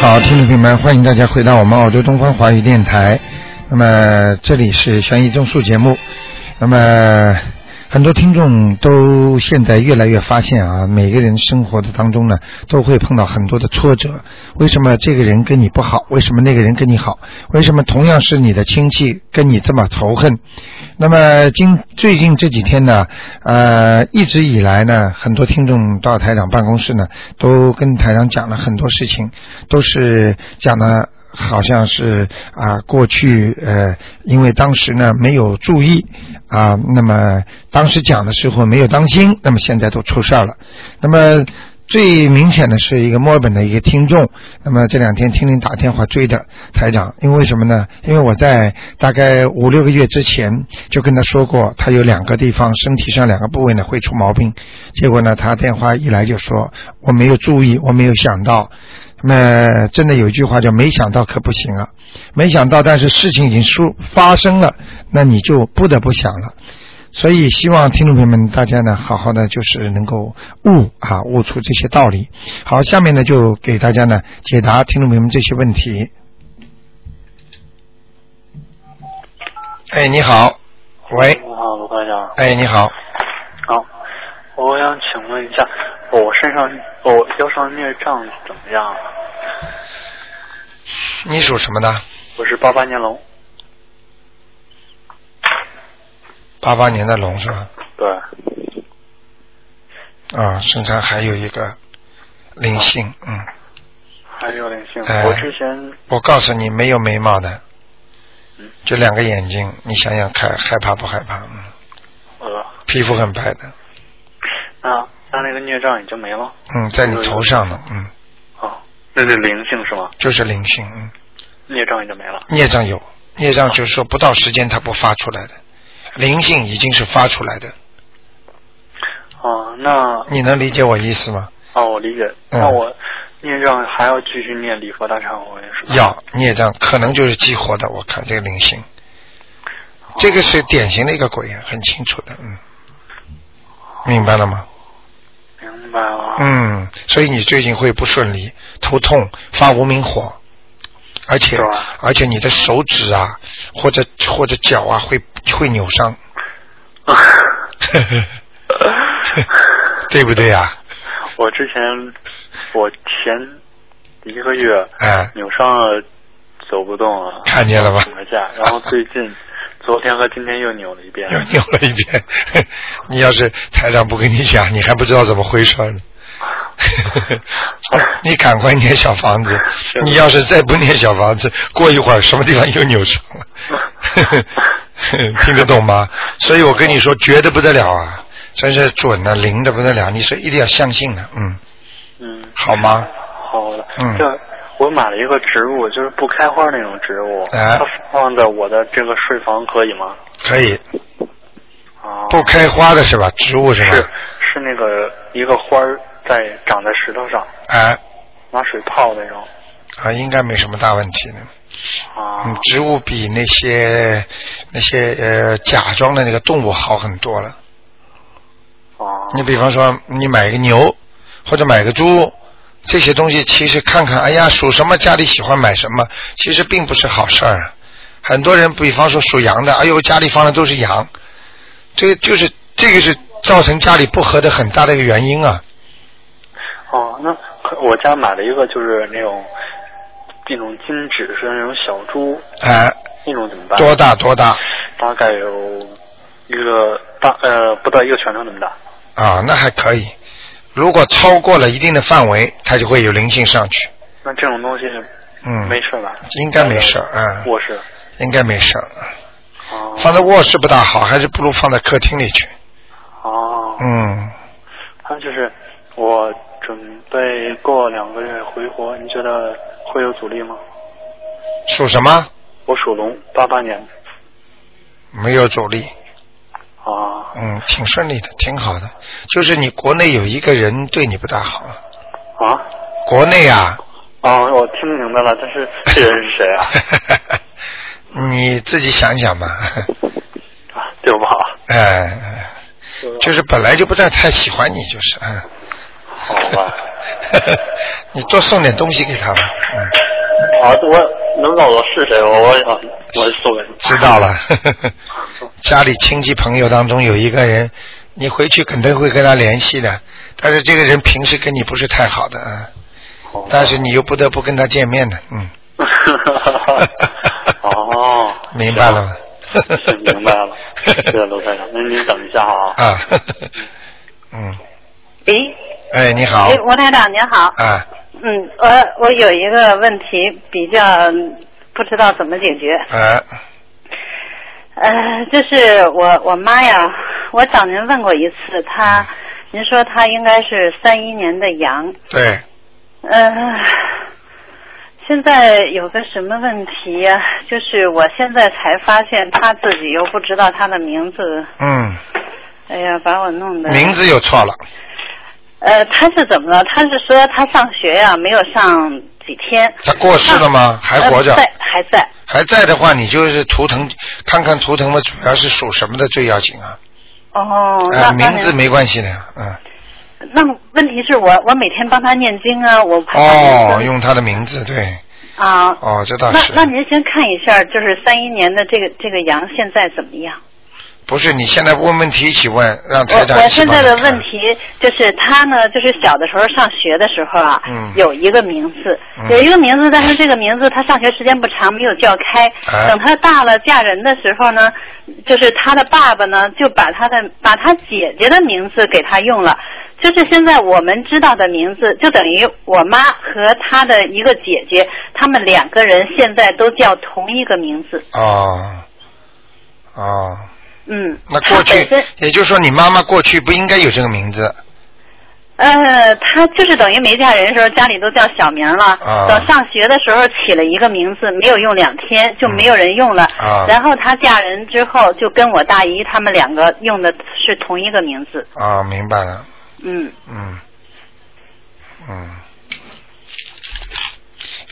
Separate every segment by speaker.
Speaker 1: 好，听众朋友们，欢迎大家回到我们澳洲东方华语电台。那么这里是悬疑综述节目。那么很多听众都现在越来越发现啊，每个人生活的当中呢，都会碰到很多的挫折。为什么这个人跟你不好？为什么那个人跟你好？为什么同样是你的亲戚，跟你这么仇恨？那么今最近这几天呢，呃，一直以来呢，很多听众到台长办公室呢，都跟台长讲了很多事情，都是讲的好像是啊、过去呃，因为当时呢没有注意啊、那么当时讲的时候没有当心，那么现在都出事儿了。那么最明显的是一个墨尔本的一个听众，那么这两天听您打电话追的台长，因为什么呢？因为我在大概五六个月之前就跟他说过，他有两个地方身体上两个部位呢会出毛病，结果呢他电话一来就说我没有注意，我没有想到。那真的有一句话叫没想到可不行啊，没想到，但是事情已经出发生了，那你就不得不想了。所以希望听众朋友们大家呢，好好的就是能够悟啊，悟出这些道理。好，下面呢就给大家呢解答听众朋友们这些问题。哎，你好，喂，
Speaker 2: 你好，卢科长。
Speaker 1: 哎，你好，
Speaker 2: 好，我想请问一下，我身上我腰上孽障怎么样？啊
Speaker 1: 你属什么的？
Speaker 2: 我是八八年龙。
Speaker 1: 八八年的龙是吧？
Speaker 2: 对，
Speaker 1: 啊，身上还有一个灵性，嗯，
Speaker 2: 还有灵性。
Speaker 1: 哎
Speaker 2: 我之前
Speaker 1: 我告诉你，没有眉毛的
Speaker 2: 嗯，
Speaker 1: 就两个眼睛，你想想看，害怕不害怕？嗯，
Speaker 2: 呃，
Speaker 1: 皮肤很白的，
Speaker 2: 那那那个孽障已经没了。
Speaker 1: 嗯，在你头上呢，嗯，
Speaker 2: 哦，那是灵性是吗？
Speaker 1: 就是灵性，嗯，
Speaker 2: 孽障已经没了。
Speaker 1: 孽障有，孽障就是说不到时间它不发出来的，灵性已经是发出来的，
Speaker 2: 哦，那
Speaker 1: 你能理解我意思吗？
Speaker 2: 哦，我理解。
Speaker 1: 嗯
Speaker 2: 那我孽障还要继续念礼佛大忏悔是吧？
Speaker 1: 要孽障可能就是激活的，我看这个灵性，
Speaker 2: 哦
Speaker 1: 这个是典型的一个鬼，啊很清楚的，嗯，明白了吗？
Speaker 2: 明白了。
Speaker 1: 嗯，所以你最近会不顺利，头痛，发无名火，而且
Speaker 2: 是吧
Speaker 1: 而且你的手指啊，或者或者脚啊，会会扭 伤， 对不对啊？
Speaker 2: 我之前我前一个月
Speaker 1: 哎，
Speaker 2: 扭伤了，走不动了，
Speaker 1: 看见了吧
Speaker 2: 请个假。然后最近昨天和今天又扭了一遍，
Speaker 1: 又扭了一遍。你要是台长不跟你讲，你还不知道怎么回事 呢。你赶快念小房子
Speaker 2: 是，
Speaker 1: 你要是再不念小房子，过一会儿什么地方又扭伤了， 听得懂吗？所以我跟你说，绝的不得了啊，真是准呐、灵的不得了。你说一定要相信啊，嗯，
Speaker 2: 嗯，
Speaker 1: 好吗？
Speaker 2: 好的，
Speaker 1: 嗯
Speaker 2: 这我买了一个植物，就是不开花那种植物，
Speaker 1: 哎
Speaker 2: 它放在我的这个睡房可以吗？
Speaker 1: 可以，
Speaker 2: 啊，
Speaker 1: 不开花的是吧？植物是吧？
Speaker 2: 是是那个一个花儿在长在石头上，
Speaker 1: 啊
Speaker 2: 拿水泡那种
Speaker 1: 啊，应该没什么大问题的。
Speaker 2: 啊
Speaker 1: 嗯，，植物比那些那些呃假装的那个动物好很多了。
Speaker 2: 啊，
Speaker 1: 你比方说，你买个牛或者买个猪，这些东西其实看看，哎呀，属什么家里喜欢买什么，其实并不是好事儿。啊很多人，比方说属羊的，哎呦，家里放的都是羊，这个就是这个是造成家里不和的很大的一个原因啊。
Speaker 2: 哦，那可我家买了一个，就是那种那种金纸是那种小猪，
Speaker 1: 哎、
Speaker 2: 那种怎么办？
Speaker 1: 多大多大
Speaker 2: 大概有一个大呃不到一个拳头那么大。
Speaker 1: 啊？那还可以。如果超过了一定的范围，它就会有灵性上去。
Speaker 2: 那这种东西
Speaker 1: 嗯，
Speaker 2: 没事吧？
Speaker 1: 应该没事儿嗯
Speaker 2: 卧室。
Speaker 1: 应该没事儿。
Speaker 2: 哦。
Speaker 1: 放在卧室不大好，还是不如放在客厅里去。
Speaker 2: 哦。
Speaker 1: 嗯，
Speaker 2: 还有啊就是我准备过两个月回国，你觉得会有阻力吗？
Speaker 1: 属什么？
Speaker 2: 我属龙，八八年。
Speaker 1: 没有阻力，
Speaker 2: 啊
Speaker 1: 嗯，挺顺利的，挺好的。就是你国内有一个人对你不大好，
Speaker 2: 啊。
Speaker 1: 国内啊，
Speaker 2: 哦，我听明白了，但是这人是谁 啊？
Speaker 1: 你自己想想吧。
Speaker 2: 啊，对我不好。
Speaker 1: 哎，
Speaker 2: 对不好
Speaker 1: 就是本来就不太太喜欢你，就是嗯，
Speaker 2: 好吧，
Speaker 1: 你多送点东西给他吧。嗯，
Speaker 2: 啊，我能告诉我是谁吗？我我想我送给你。
Speaker 1: 知道 了。家里亲戚朋友当中有一个人，你回去肯定会跟他联系的，但是这个人平时跟你不是太好的啊，
Speaker 2: 哦
Speaker 1: 但是你又不得不跟他见面的，嗯，
Speaker 2: 哦，
Speaker 1: 明白了吗？
Speaker 2: 是明白 了，谢谢卢台长，那您等一下啊。
Speaker 1: 啊，嗯，
Speaker 3: 喂，
Speaker 1: 哎，你好
Speaker 3: 哎，，王台长您好，
Speaker 1: 啊
Speaker 3: 嗯，我我有一个问题比较不知道怎么解决，
Speaker 1: 啊，
Speaker 3: 呃，就是我我妈呀，我找您问过一次，
Speaker 1: 嗯
Speaker 3: 她您说她应该是三一年的羊，
Speaker 1: 对，
Speaker 3: 呃，现在有个什么问题呀、就是我现在才发现她自己又不知道她的名字，
Speaker 1: 嗯，
Speaker 3: 哎呀，把我弄的
Speaker 1: 名字有错了，
Speaker 3: 呃，她是怎么了？她是说她上学呀、没有上几天。
Speaker 1: 他过世了吗？还活着
Speaker 3: 呃？在，还在。
Speaker 1: 还在的话，你就是图腾，看看图腾嘛，主要是属什么的最要紧啊？
Speaker 3: 哦，那、啊
Speaker 1: 啊，名字没关系的呀，嗯。
Speaker 3: 那您。那问题是我我每天帮她念经啊，我怕她
Speaker 1: 哦，
Speaker 3: 名字
Speaker 1: 用他的名字对，
Speaker 3: 啊。
Speaker 1: 哦，这倒
Speaker 3: 那
Speaker 1: 是。
Speaker 3: 那您先看一下，就是三一年的这个这个羊现在怎么样？
Speaker 1: 不是你现在问问题一起问，让
Speaker 3: 我
Speaker 1: 台长
Speaker 3: 我
Speaker 1: 一起
Speaker 3: 现
Speaker 1: 帮
Speaker 3: 在
Speaker 1: 你
Speaker 3: 的
Speaker 1: 看
Speaker 3: 问题就是他呢，就是小的时候上学的时候啊，
Speaker 1: 嗯
Speaker 3: 有一个名字，
Speaker 1: 嗯
Speaker 3: 有一个名字，但是这个名字他上学时间不长，没有叫开。
Speaker 1: 哎
Speaker 3: 等他大了嫁人的时候呢，就是他的爸爸呢，就把他的把他姐姐的名字给他用了。就是现在我们知道的名字，就等于我妈和她的一个姐姐，他们两个人现在都叫同一个名字。
Speaker 1: 哦哦，
Speaker 3: 嗯，
Speaker 1: 那
Speaker 3: 她
Speaker 1: 过
Speaker 3: 本
Speaker 1: 去
Speaker 3: 身
Speaker 1: 也就是说你妈妈过去不应该有这个名字，
Speaker 3: 呃，她就是等于没嫁人的时候，家里都叫小名了。
Speaker 1: 啊
Speaker 3: 等上学的时候起了一个名字，没有用两天就没有人用了。
Speaker 1: 嗯啊
Speaker 3: 然后她嫁人之后，就跟我大姨他们两个用的是同一个名字。
Speaker 1: 啊、明白了，
Speaker 3: 嗯，
Speaker 1: 嗯嗯，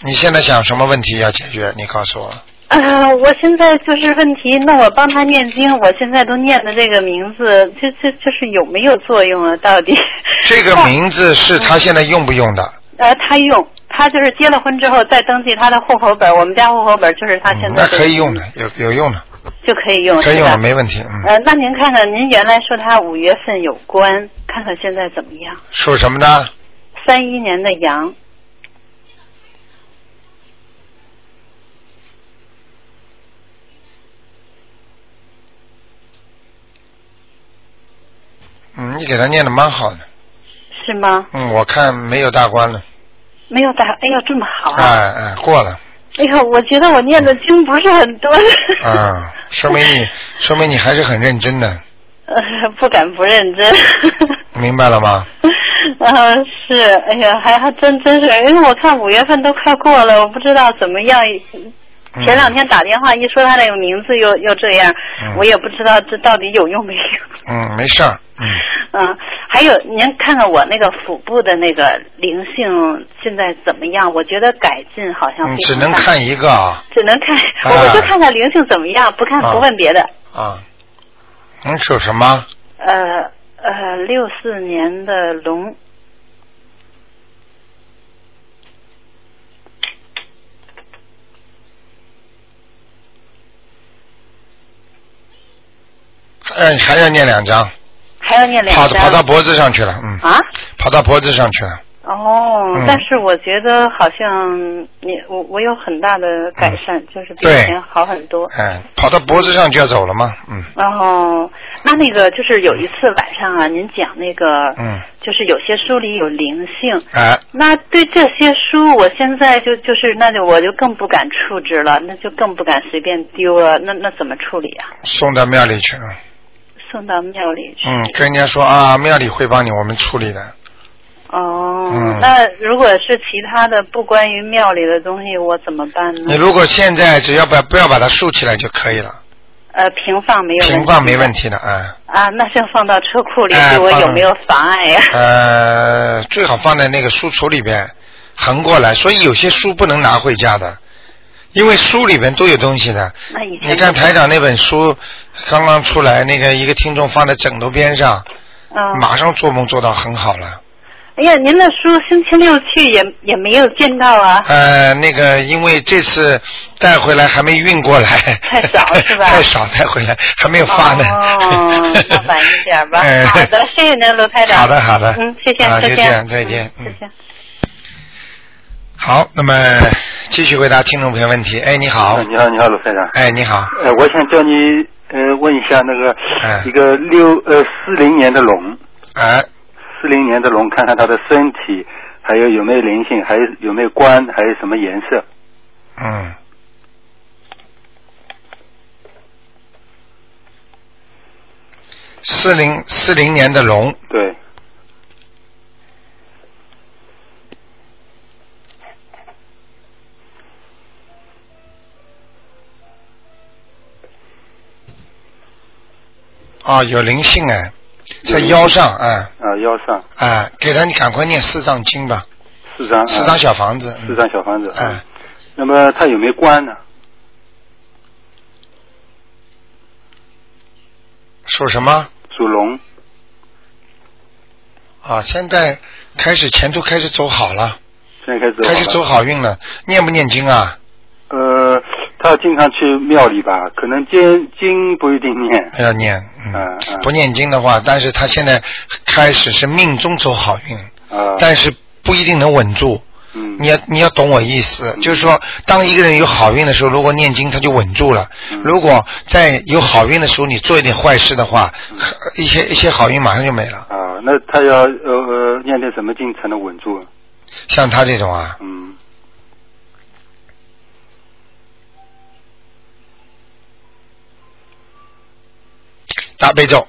Speaker 1: 你现在想什么问题要解决？你告诉我，
Speaker 3: 呃，我现在就是问题，那我帮她念经，我现在都念的这个名字，这这就是有没有作用啊？到底
Speaker 1: 这个名字是她现在用不用的？
Speaker 3: 呃，她用。她就是结了婚之后再登记她的户口本，我们家户口本就是她现
Speaker 1: 嗯
Speaker 3: 在、
Speaker 1: 那可以用，的，有有用的，
Speaker 3: 就可以用，
Speaker 1: 可以
Speaker 3: 是
Speaker 1: 用
Speaker 3: 吧
Speaker 1: 的，没问题。嗯，
Speaker 3: 呃，那您看看，您原来说他五月份有关，看看现在怎么样？
Speaker 1: 属什么的？
Speaker 3: 三一年的羊，
Speaker 1: 嗯，你给她念的蛮好的。
Speaker 3: 是吗？
Speaker 1: 嗯，我看没有大关了，
Speaker 3: 没有打，哎呦，这么好
Speaker 1: 哎！哎，过 了，
Speaker 3: 哎呦，我觉得我念的经不是很多。
Speaker 1: 啊，说明你，说明你还是很认真的，
Speaker 3: 呃，不敢不认真。
Speaker 1: 明白了吗？
Speaker 3: 呃，是，哎呀，还还真真是，因为我看五月份都快过了，我不知道怎么样。
Speaker 1: 嗯
Speaker 3: 前两天打电话一说他那个名字又又这样，
Speaker 1: 嗯
Speaker 3: 我也不知道这到底有用没用。
Speaker 1: 嗯，没事儿，嗯，
Speaker 3: 嗯，还有您看看我那个腹部的那个灵性现在怎么样？我觉得改进好像
Speaker 1: 嗯
Speaker 3: 比
Speaker 1: 只能
Speaker 3: 较大，
Speaker 1: 看一个啊，
Speaker 3: 只能看，
Speaker 1: 啊
Speaker 3: 我我就看看灵性怎么样，不看
Speaker 1: 啊
Speaker 3: 不问别的。
Speaker 1: 啊，你属什么？
Speaker 3: 呃呃，六四年的龙，
Speaker 1: 还还要念两张，
Speaker 3: 还要念两
Speaker 1: 跑
Speaker 3: 张。
Speaker 1: 跑到脖子上去了，嗯，
Speaker 3: 啊？
Speaker 1: 跑到脖子上去了，
Speaker 3: 哦，
Speaker 1: 嗯
Speaker 3: 但是我觉得好像你我我有很大的改善，就是比
Speaker 1: 嗯
Speaker 3: 以
Speaker 1: 对
Speaker 3: 前好很多。
Speaker 1: 哎，跑到脖子上就要走了吗？嗯
Speaker 3: 然后，那那个就是有一次晚上啊，您讲那个，
Speaker 1: 嗯，
Speaker 3: 就是有些书里有灵性，
Speaker 1: 哎，
Speaker 3: 那对这些书，我现在就就是，那就我就更不敢处置了，那就更不敢随便丢了，那那怎么处理啊？
Speaker 1: 送到庙里去了，
Speaker 3: 送到庙里去？
Speaker 1: 嗯，跟人家说啊，庙里会帮你我们处理的，
Speaker 3: 哦，
Speaker 1: 嗯
Speaker 3: 那如果是其他的不关于庙里的东西，我怎么办
Speaker 1: 你
Speaker 3: 呢？
Speaker 1: 如果现在只要把不要把它竖起来就可以了，
Speaker 3: 呃，平放没有问题
Speaker 1: 平放没问题的，哎。
Speaker 3: 啊，那就放到车库里，
Speaker 1: 哎
Speaker 3: 对我
Speaker 1: 放
Speaker 3: 有
Speaker 1: 到
Speaker 3: 没有妨 碍呀、
Speaker 1: 呃，最好放在那个书橱里边，横过来。所以有些书不能拿回家的，因为书里边都有东西的。
Speaker 3: 那以前
Speaker 1: 你看台长那本书刚刚出来，那个一个听众放在枕头边上，
Speaker 3: 嗯，
Speaker 1: 马上做梦做到很好了。
Speaker 3: 哎呀，您的书星期六去也也没有见到啊。
Speaker 1: 呃，那个，因为这次带回来还没运过来，
Speaker 3: 太少是吧
Speaker 1: 太少带回来，还没有发呢。
Speaker 3: 哦，那晚一点吧。
Speaker 1: 哎
Speaker 3: 好的，谢谢您，卢台长。
Speaker 1: 好的好的
Speaker 3: 嗯，谢谢，
Speaker 1: 啊
Speaker 3: 再
Speaker 1: 就
Speaker 3: 见，
Speaker 1: 这样再见
Speaker 3: 嗯
Speaker 1: 嗯
Speaker 3: 再见。
Speaker 1: 好，那么继续回答听众朋友问题。哎，你好
Speaker 4: 呃，你好，你好，鲁先生。
Speaker 1: 哎，你好，
Speaker 4: 呃，我想叫你呃问一下那个、
Speaker 1: 哎
Speaker 4: 一个六呃四零年的龙，
Speaker 1: 哎，
Speaker 4: 四零年的龙，看看它的身体，还有有没有灵性，还有有没有关，还有什么颜色？
Speaker 1: 嗯，四零四零年的龙，
Speaker 4: 对，
Speaker 1: 哦，有灵性哎，在腰上啊
Speaker 4: 啊、腰上
Speaker 1: 啊，给他你赶快念四丈经吧，
Speaker 4: 四张，
Speaker 1: 四
Speaker 4: 啊
Speaker 1: 张小房子，嗯
Speaker 4: 四张小房子。
Speaker 1: 啊，
Speaker 4: 那么它有没有关呢？
Speaker 1: 属什么？
Speaker 4: 属龙，
Speaker 1: 啊，现在开始前途开始走好了，
Speaker 4: 现在开始走
Speaker 1: 开始走
Speaker 4: 好
Speaker 1: 好运了，念不念经啊？
Speaker 4: 了。呃，他经常去庙里吧，可能经经不一定念。
Speaker 1: 要念，嗯
Speaker 4: 嗯，嗯
Speaker 1: 不念经的话，但是他现在开始是命中走好运，
Speaker 4: 啊、
Speaker 1: 但是不一定能稳住。
Speaker 4: 嗯，
Speaker 1: 你要你要懂我意思，
Speaker 4: 嗯
Speaker 1: 就是说，当一个人有好运的时候，如果念经，他就稳住了；
Speaker 4: 嗯
Speaker 1: 如果在有好运的时候，你做一点坏事的话，
Speaker 4: 嗯
Speaker 1: 一些一些好运马上就没了。
Speaker 4: 啊、那他要呃呃念点什么经才能稳住？
Speaker 1: 像他这种啊，
Speaker 4: 嗯，
Speaker 1: 大悲咒，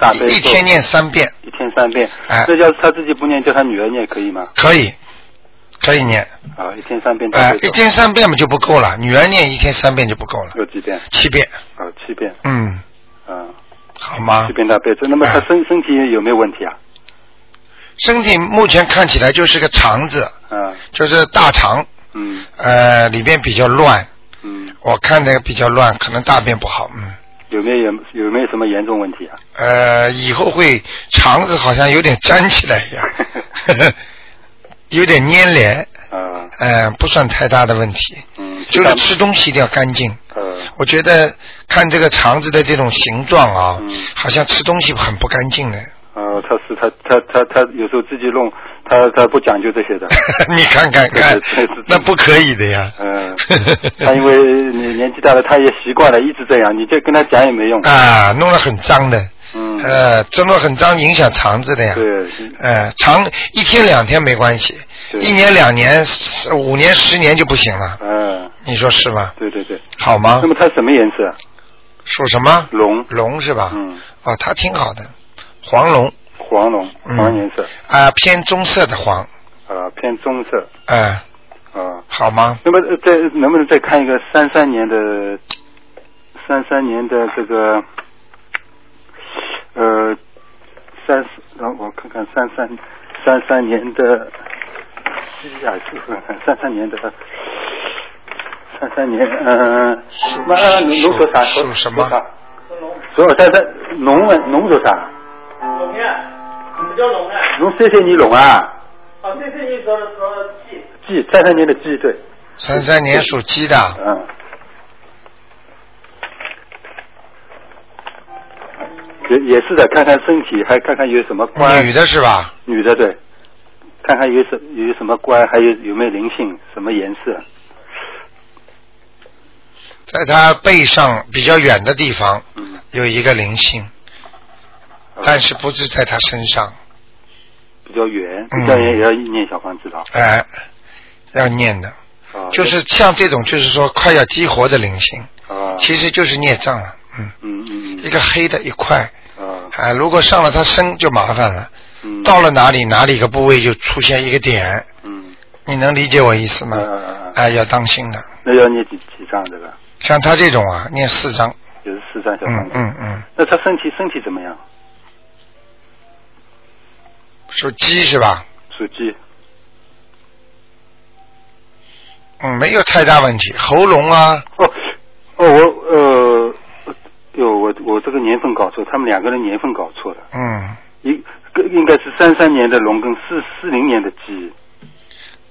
Speaker 4: 大悲咒
Speaker 1: 一天念三遍，
Speaker 4: 一天三遍。
Speaker 1: 哎
Speaker 4: 那要是他自己不念，叫他女儿念可以吗？
Speaker 1: 可以，可以念，
Speaker 4: 啊，一天三遍大
Speaker 1: 哎、
Speaker 4: 悲咒
Speaker 1: 一天三遍嘛就不够了，女儿念一天三遍就不够了，
Speaker 4: 有几遍？
Speaker 1: 七遍，
Speaker 4: 啊，七遍。
Speaker 1: 嗯，
Speaker 4: 啊，
Speaker 1: 好吗
Speaker 4: 七？遍大悲咒。那么他
Speaker 1: 哎
Speaker 4: 身身体有没有问题啊？
Speaker 1: 身体目前看起来就是个肠子，
Speaker 4: 啊，
Speaker 1: 就是大肠，
Speaker 4: 嗯
Speaker 1: 呃，里边比较乱，
Speaker 4: 嗯，
Speaker 1: 我看着比较乱，可能大便不好，嗯。
Speaker 4: 有没有有没有什么严重问题啊？
Speaker 1: 呃，以后会肠子好像有点粘起来一样， 有点粘连，
Speaker 4: 啊，
Speaker 1: 呃，不算太大的问题，
Speaker 4: 嗯，其
Speaker 1: 就
Speaker 4: 他
Speaker 1: 是吃东西一定要干净。
Speaker 4: 呃，
Speaker 1: 我觉得看这个肠子的这种形状啊，
Speaker 4: 嗯
Speaker 1: 好像吃东西很不干净的。
Speaker 4: 呃，他是他他他他有时候自己弄，他他不讲究这 些的。
Speaker 1: 你看看看
Speaker 4: 对对对，
Speaker 1: 那不可以的呀。
Speaker 4: 嗯，他因为你年纪大了，他也习惯了，一直这样，你就跟他讲也没用。
Speaker 1: 啊，弄得很脏的，
Speaker 4: 嗯，
Speaker 1: 呃，真的很脏，影响肠子的呀。
Speaker 4: 对，
Speaker 1: 呃，长一天两天没关系，
Speaker 4: 对
Speaker 1: 一年两年、十五年、十年就不行了，
Speaker 4: 嗯，
Speaker 1: 你说是吧？
Speaker 4: 对对对。
Speaker 1: 好吗
Speaker 4: 那？么它什么颜色？
Speaker 1: 属什么？
Speaker 4: 龙，
Speaker 1: 龙是吧？
Speaker 4: 嗯，
Speaker 1: 哦，它挺好的，黄龙
Speaker 4: 黄龙，
Speaker 1: 嗯
Speaker 4: 黄颜色，
Speaker 1: 啊、偏棕色的黄，
Speaker 4: 啊，偏棕色，
Speaker 1: 哎、
Speaker 4: 啊。
Speaker 1: 好吗？
Speaker 4: 那么呃再能不能再看一个三三年的，三三年的这个，呃，三，让我看看三三三三年的，哎呀，这个三三年的。三三年，嗯、呃，那那
Speaker 1: 属
Speaker 4: 龙属啥？
Speaker 1: 属什么
Speaker 4: 属啥？属三三龙文龙属啥？
Speaker 5: 龙呀，什么叫龙呀？
Speaker 4: 龙谢谢你龙啊！
Speaker 5: 啊，这是你说的说的记。
Speaker 4: 鸡，三三年的鸡，对，
Speaker 1: 三三年属鸡的，
Speaker 4: 嗯。也也是的，看看身体，还看看有什么关。
Speaker 1: 女的是吧？
Speaker 4: 女的对，看看有什有什么关，还有有没有灵性，什么颜色？
Speaker 1: 在她背上比较远的地方
Speaker 4: 嗯，
Speaker 1: 有一个灵性，但是不是在她身上，
Speaker 4: 比较远，
Speaker 1: 嗯
Speaker 4: 比较远也要念小房子的啊。
Speaker 1: 哎、要念的，
Speaker 4: 啊
Speaker 1: 就是像这种，就是说快要激活的灵性，
Speaker 4: 啊，
Speaker 1: 其实就是孽障了，嗯，
Speaker 4: 嗯嗯
Speaker 1: 一个黑的一块，
Speaker 4: 嗯啊
Speaker 1: 啊，如果上了他身就麻烦了，
Speaker 4: 嗯，
Speaker 1: 到了哪里哪里个部位就出现一个点，
Speaker 4: 嗯
Speaker 1: 你能理解我意思
Speaker 4: 啊
Speaker 1: 吗？
Speaker 4: 啊啊啊，
Speaker 1: 哎，要当心的，
Speaker 4: 那要念几几张这个？
Speaker 1: 像他这种啊，念四张，
Speaker 4: 就是四张小
Speaker 1: 嗯
Speaker 4: 房子。
Speaker 1: 嗯嗯，
Speaker 4: 那他身体身体怎么样？
Speaker 1: 属鸡是吧？
Speaker 4: 属鸡
Speaker 1: 嗯，没有太大问题，喉咙啊，
Speaker 4: 哦，哦，我呃，哟，我我这个年份搞错，他们两个人年份搞错了，
Speaker 1: 嗯，
Speaker 4: 一个应该是三三年的龙跟四四零年的鸡，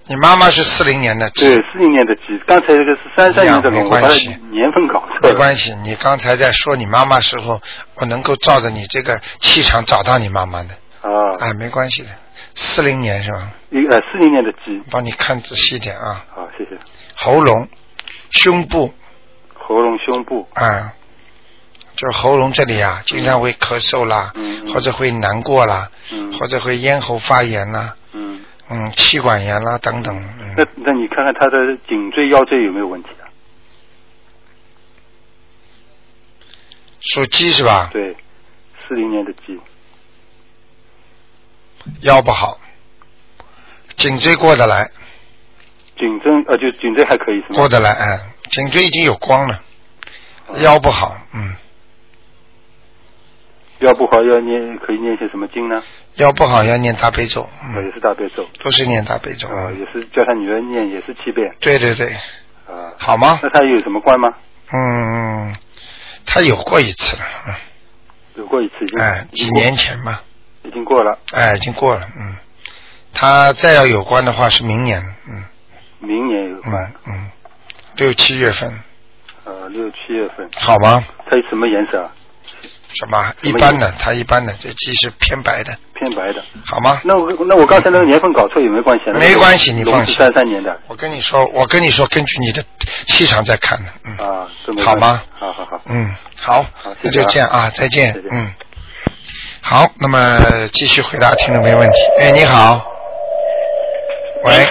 Speaker 1: 你妈妈是四零年的，
Speaker 4: 对，四零年的鸡。刚才这个是三三年的
Speaker 1: 没
Speaker 4: 龙，我把
Speaker 1: 关
Speaker 4: 它
Speaker 1: 系
Speaker 4: 年份搞错
Speaker 1: 没
Speaker 4: 了。
Speaker 1: 关系。你刚才在说你妈妈时候，我能够照着你这个气场找到你妈妈的，
Speaker 4: 啊，
Speaker 1: 啊，没关系的。四零年是吧？
Speaker 4: 一呃四零年的鸡，
Speaker 1: 帮你看仔细一点啊，
Speaker 4: 好，谢谢。
Speaker 1: 喉咙、胸部
Speaker 4: 喉咙、胸部，嗯
Speaker 1: 啊，就是喉咙这里啊，经常会咳嗽啦，
Speaker 4: 嗯嗯
Speaker 1: 或者会难过啦，
Speaker 4: 嗯
Speaker 1: 或者会咽喉发炎啦，
Speaker 4: 嗯，
Speaker 1: 嗯，气管炎啦等等。
Speaker 4: 那
Speaker 1: 嗯，
Speaker 4: 那你看看他的颈椎、腰椎有没有问题啊？
Speaker 1: 属鸡是吧？
Speaker 4: 对，四零年的鸡，
Speaker 1: 腰不好，颈椎过得来，
Speaker 4: 颈椎呃就颈椎还可以是吗？
Speaker 1: 过得来，哎，颈椎已经有光了，腰不好，嗯。
Speaker 4: 腰不好要念可以念些什么经呢？
Speaker 1: 腰不好要念大悲咒，
Speaker 4: 呃也
Speaker 1: 嗯，
Speaker 4: 是大悲咒，
Speaker 1: 都是念大悲咒。
Speaker 4: 啊，也是叫他女儿念也是七遍
Speaker 1: 对对对，
Speaker 4: 啊。
Speaker 1: 好吗？
Speaker 4: 那他有什么关吗？
Speaker 1: 嗯，他有过一次了，嗯
Speaker 4: 有过一次，已经
Speaker 1: 哎，几年前嘛，
Speaker 4: 已经过了，
Speaker 1: 哎，已经过了，嗯。他再要有关的话是明年，嗯
Speaker 4: 明年有关
Speaker 1: 嗯，嗯，六七月份，
Speaker 4: 呃，六七月份。
Speaker 1: 好吗？
Speaker 4: 它有什么颜色啊？
Speaker 1: 什么？
Speaker 4: 什
Speaker 1: 一
Speaker 4: 么
Speaker 1: 般的，他一般的，这鸡是偏白的，
Speaker 4: 偏白的。
Speaker 1: 好吗？
Speaker 4: 那我那我刚才那个年份搞错也没关系啊。
Speaker 1: 没关系你放心
Speaker 4: 三三年的
Speaker 1: 我跟你说，我跟你说，根据你的气场在看的，嗯
Speaker 4: 啊，都没关系
Speaker 1: 好吗
Speaker 4: 好好好，
Speaker 1: 嗯，好
Speaker 4: 好，
Speaker 1: 那
Speaker 4: 谢
Speaker 1: 就
Speaker 4: 谢啊
Speaker 1: 这样啊，再见
Speaker 4: 再，见
Speaker 1: 嗯。好，那么继续回答听众没问题。哎，你好，喂，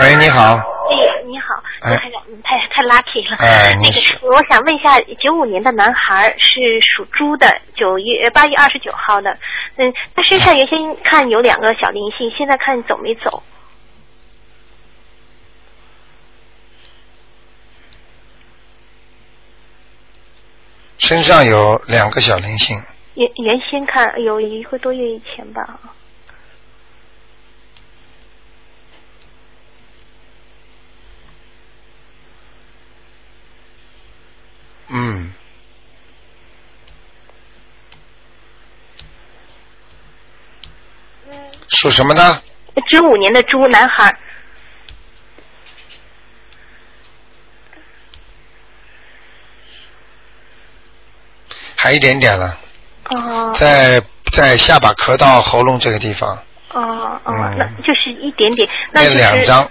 Speaker 1: 喂，你好，
Speaker 6: 哎呀，你好，
Speaker 1: 哎
Speaker 6: 太感太太 lucky 了。
Speaker 1: 哎
Speaker 6: 那
Speaker 1: 没事
Speaker 6: 个，我想问一下，九五年的男孩是属猪的，九月呃八月二十九号的。嗯，他身上原先看有两个小灵性，现在看走没走？
Speaker 1: 身上有两个小灵性，
Speaker 6: 原原先看有一个多月以前吧。
Speaker 1: 嗯，属什么呢？
Speaker 6: 九五年的猪男孩，
Speaker 1: 还一点点了，
Speaker 6: 哦
Speaker 1: 在在下巴壳到喉咙这个地方，
Speaker 6: 哦哦
Speaker 1: 嗯，
Speaker 6: 那就是一点点，那
Speaker 1: 念
Speaker 6: 就是
Speaker 1: 两张，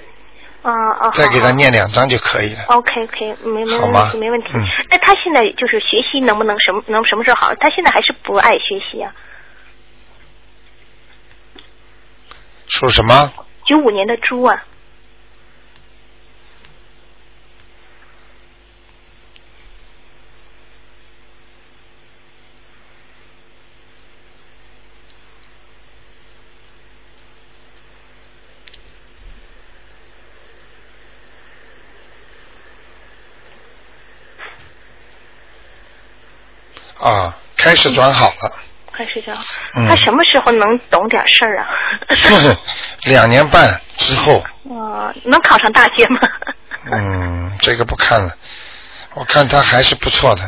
Speaker 6: 哦哦，
Speaker 1: 再给他
Speaker 6: 好。哦
Speaker 1: 念两张就可以了。
Speaker 6: OK OK，没没
Speaker 1: 好
Speaker 6: 问
Speaker 1: 吗
Speaker 6: 题，没问题
Speaker 1: 嗯。
Speaker 6: 那、他现在就是学习能不能什么能什么时候好？他现在还是不爱学习啊。
Speaker 1: 属什么？
Speaker 6: 九五年的猪啊，
Speaker 1: 啊，开始转好了。
Speaker 6: 快睡觉。
Speaker 1: 嗯
Speaker 6: 他什么时候能懂点事儿啊？
Speaker 1: 两年半之后，
Speaker 6: 呃，能考上大学吗？
Speaker 1: 嗯，这个不看了，我看他还是不错的，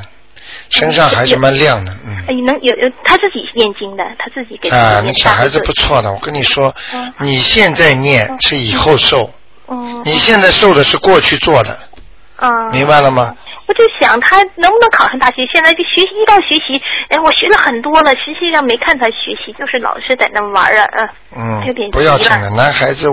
Speaker 1: 身上还是蛮亮的，
Speaker 6: 哎
Speaker 1: 嗯。，
Speaker 6: 能有有他自己念经的，他自己给自己
Speaker 1: 啊，
Speaker 6: 念
Speaker 1: 那小
Speaker 6: 大
Speaker 1: 孩
Speaker 6: 悲
Speaker 1: 子
Speaker 6: 咒
Speaker 1: 不错的，我跟你说
Speaker 6: 嗯，
Speaker 1: 你现在念是以后受，
Speaker 6: 嗯，
Speaker 1: 你现在受的是过去做的，
Speaker 6: 嗯，
Speaker 1: 明白了吗？
Speaker 6: 我就想他能不能考上大学？现在就学习一到学习，哎，我学了很多了，实际上没看他学习，就是老是在那玩儿啊，
Speaker 1: 嗯
Speaker 6: 有点，急
Speaker 1: 不要紧的，
Speaker 6: 了
Speaker 1: 男孩子，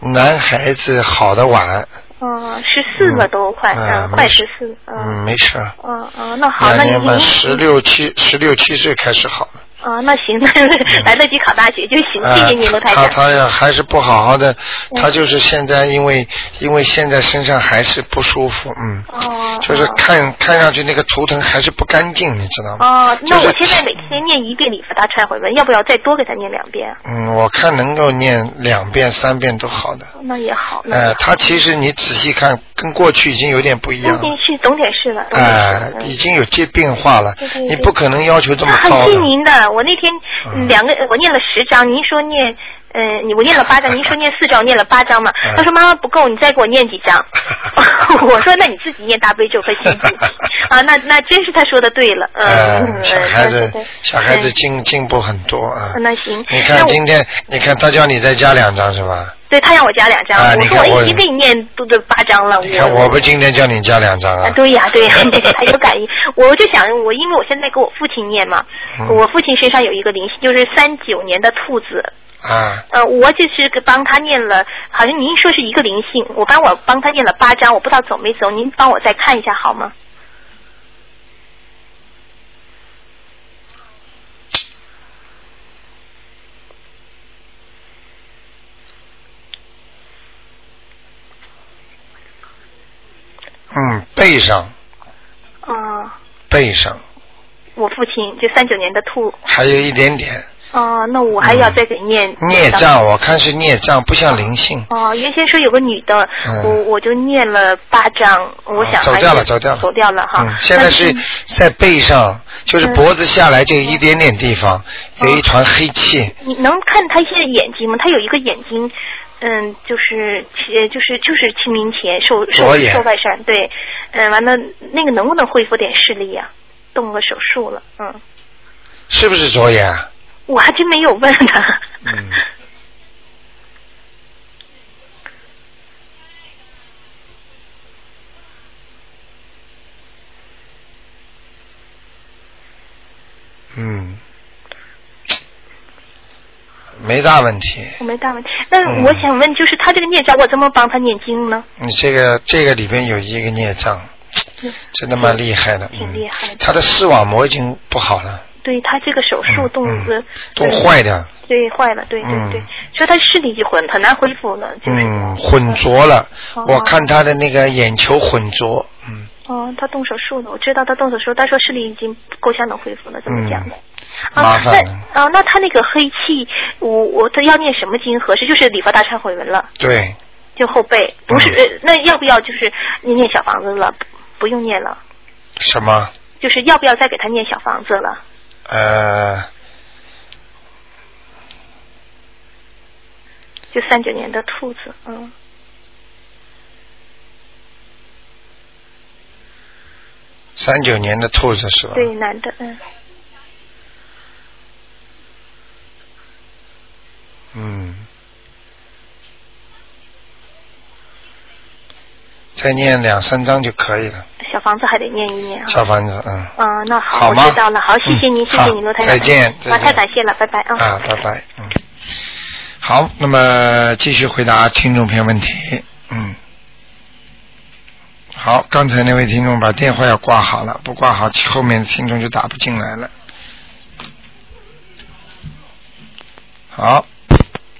Speaker 1: 男孩子好的晚，
Speaker 6: 嗯嗯，十四了都快，
Speaker 1: 嗯，
Speaker 6: 嗯，
Speaker 1: 没
Speaker 6: 快
Speaker 1: 事
Speaker 6: 十四，，
Speaker 1: 嗯，
Speaker 6: 嗯
Speaker 1: 没事儿，
Speaker 6: 嗯嗯，那好，那
Speaker 1: 两
Speaker 6: 你
Speaker 1: 年
Speaker 6: 你
Speaker 1: 半，十六七，十六七岁开始好了。
Speaker 6: 啊，那行， 那来得及考大学就行，谢谢您，
Speaker 1: 啊
Speaker 6: 罗台
Speaker 1: 他
Speaker 6: 长。嗯
Speaker 1: 他要还是不好好的，他就是现在因为因为现在身上还是不舒服，嗯，
Speaker 6: 哦，
Speaker 1: 就是看看上去那个图腾还是不干净，你知道吗？
Speaker 6: 哦，
Speaker 1: 就
Speaker 6: 那
Speaker 1: 是
Speaker 6: 我现在每天念一遍礼佛大忏悔文，要不要再多给他念两遍？
Speaker 1: 嗯，我看能够念两遍三遍都好的。
Speaker 6: 那也好，那也
Speaker 1: 呃，
Speaker 6: 好
Speaker 1: 他其实你仔细看，跟过去已经有点不一样
Speaker 6: 懂
Speaker 1: 了
Speaker 6: 点，事，懂点事了。懂点
Speaker 1: 哎、
Speaker 6: 事了
Speaker 1: 已经有些变化了
Speaker 6: 对对，
Speaker 1: 你
Speaker 6: 对
Speaker 1: 不可能要求这么
Speaker 6: 他
Speaker 1: 高
Speaker 6: 很啊
Speaker 1: 的
Speaker 6: 信。您的，我那天
Speaker 1: 嗯
Speaker 6: 两个我念了十章，您说念嗯，你我念了八张，您说念四张，我念了八张嘛
Speaker 1: 嗯。
Speaker 6: 他说妈妈不够，你再给我念几 张。我说那你自己念大悲咒和心经啊，那那真是他说的对了，嗯
Speaker 1: 呃，
Speaker 6: 嗯，
Speaker 1: 小孩子
Speaker 6: 对对对
Speaker 1: 小孩子
Speaker 6: 嗯
Speaker 1: 进进步很多啊。
Speaker 6: 那行，
Speaker 1: 你
Speaker 6: 那
Speaker 1: 看
Speaker 6: 我
Speaker 1: 今天，你看他叫你再加两张是吧？
Speaker 6: 对他让我加两张，
Speaker 1: 啊
Speaker 6: 我
Speaker 1: 你
Speaker 6: 说
Speaker 1: 看我
Speaker 6: 我已经给你念读的八张了，
Speaker 1: 你看我不今天叫你加两张
Speaker 6: 啊，
Speaker 1: 啊？
Speaker 6: 对 呀、对呀、 还有感应。我就想，我因为我现在给我父亲念嘛，
Speaker 1: 嗯
Speaker 6: 我父亲身上有一个灵性，就是三九年的兔子。
Speaker 1: 啊，
Speaker 6: 呃，我就是给帮他念了，好像您说是一个灵性，我帮我帮他念了八张，我不知道走没走，您帮我再看一下好吗？
Speaker 1: 嗯，背上
Speaker 6: 嗯、
Speaker 1: 背上
Speaker 6: 我父亲就三九年的兔。
Speaker 1: 还有一点点
Speaker 6: 哦、那我还要
Speaker 1: 嗯
Speaker 6: 再给念、
Speaker 1: 孽。障，我看是孽障，不像灵性。
Speaker 6: 哦、原先说有个女的，
Speaker 1: 嗯
Speaker 6: 我我就念了八张，我想、
Speaker 1: 啊走掉了，走掉了，
Speaker 6: 走掉了哈。
Speaker 1: 嗯，现在是
Speaker 6: 那
Speaker 1: 在背上，就是
Speaker 6: 嗯
Speaker 1: 脖子下来这一点点地方有一团黑气，
Speaker 6: 你能看他现在眼睛吗？他有一个眼睛，嗯，就是呃，就是就是清明前受受
Speaker 1: 左眼
Speaker 6: 受外伤，对，嗯，完了那个能不能恢复点视力呀、动了手术了，嗯，
Speaker 1: 是不是左眼啊？
Speaker 6: 我还真没有问他。
Speaker 1: 嗯嗯，没大问题。
Speaker 6: 我没大问题。那
Speaker 1: 嗯
Speaker 6: 我想问，就是他这个孽障，我怎么帮他念经呢？
Speaker 1: 你嗯这个这个里边有一个孽障，
Speaker 6: 嗯
Speaker 1: 真的蛮厉害的，
Speaker 6: 挺
Speaker 1: 嗯
Speaker 6: 厉害的
Speaker 1: 他的视网膜已经不好了，
Speaker 6: 对他这个手术
Speaker 1: 嗯
Speaker 6: 动
Speaker 1: 嗯
Speaker 6: 子、
Speaker 1: 都
Speaker 6: 对
Speaker 1: 坏的，
Speaker 6: 对坏了，对对对，
Speaker 1: 嗯
Speaker 6: 所以他视力就很很难恢复了，就是、
Speaker 1: 嗯，混浊了。
Speaker 6: 哦
Speaker 1: 我看他的那个眼球混浊，嗯
Speaker 6: 哦，他动手术了，我知道他动手术，他说视力已经够呛能恢复了，怎么讲
Speaker 1: 嗯
Speaker 6: 的？，
Speaker 1: 麻
Speaker 6: 啊，那
Speaker 1: 烦了。
Speaker 6: 啊，那他那个黑气，我我他要念什么经合适？就是礼佛大忏悔文了，
Speaker 1: 对，
Speaker 6: 就后背，不是、
Speaker 1: 嗯
Speaker 6: 呃那要不要就是念小房子了？不不用念了，
Speaker 1: 什么？
Speaker 6: 就是要不要再给他念小房子了？
Speaker 1: 呃，
Speaker 6: 就三九年的兔子，嗯。
Speaker 1: 三九年的兔子是吧？
Speaker 6: 对，男的，嗯，
Speaker 1: 嗯，再念两三章就可以了。
Speaker 6: 小房子还得念一念啊。
Speaker 1: 小房子，嗯。
Speaker 6: 嗯、那好，
Speaker 1: 好
Speaker 6: 我
Speaker 1: 吗
Speaker 6: 知道了，好，谢谢您，
Speaker 1: 嗯
Speaker 6: 谢谢您，罗台长，
Speaker 1: 好再见再
Speaker 6: 啊，太
Speaker 1: 见
Speaker 6: 感谢了，拜拜啊。
Speaker 1: 啊，拜拜，嗯。好，那么继续回答听众朋友问题，嗯。好，刚才那位听众把电话要挂好了，不挂好，后面的听众就打不进来了。好，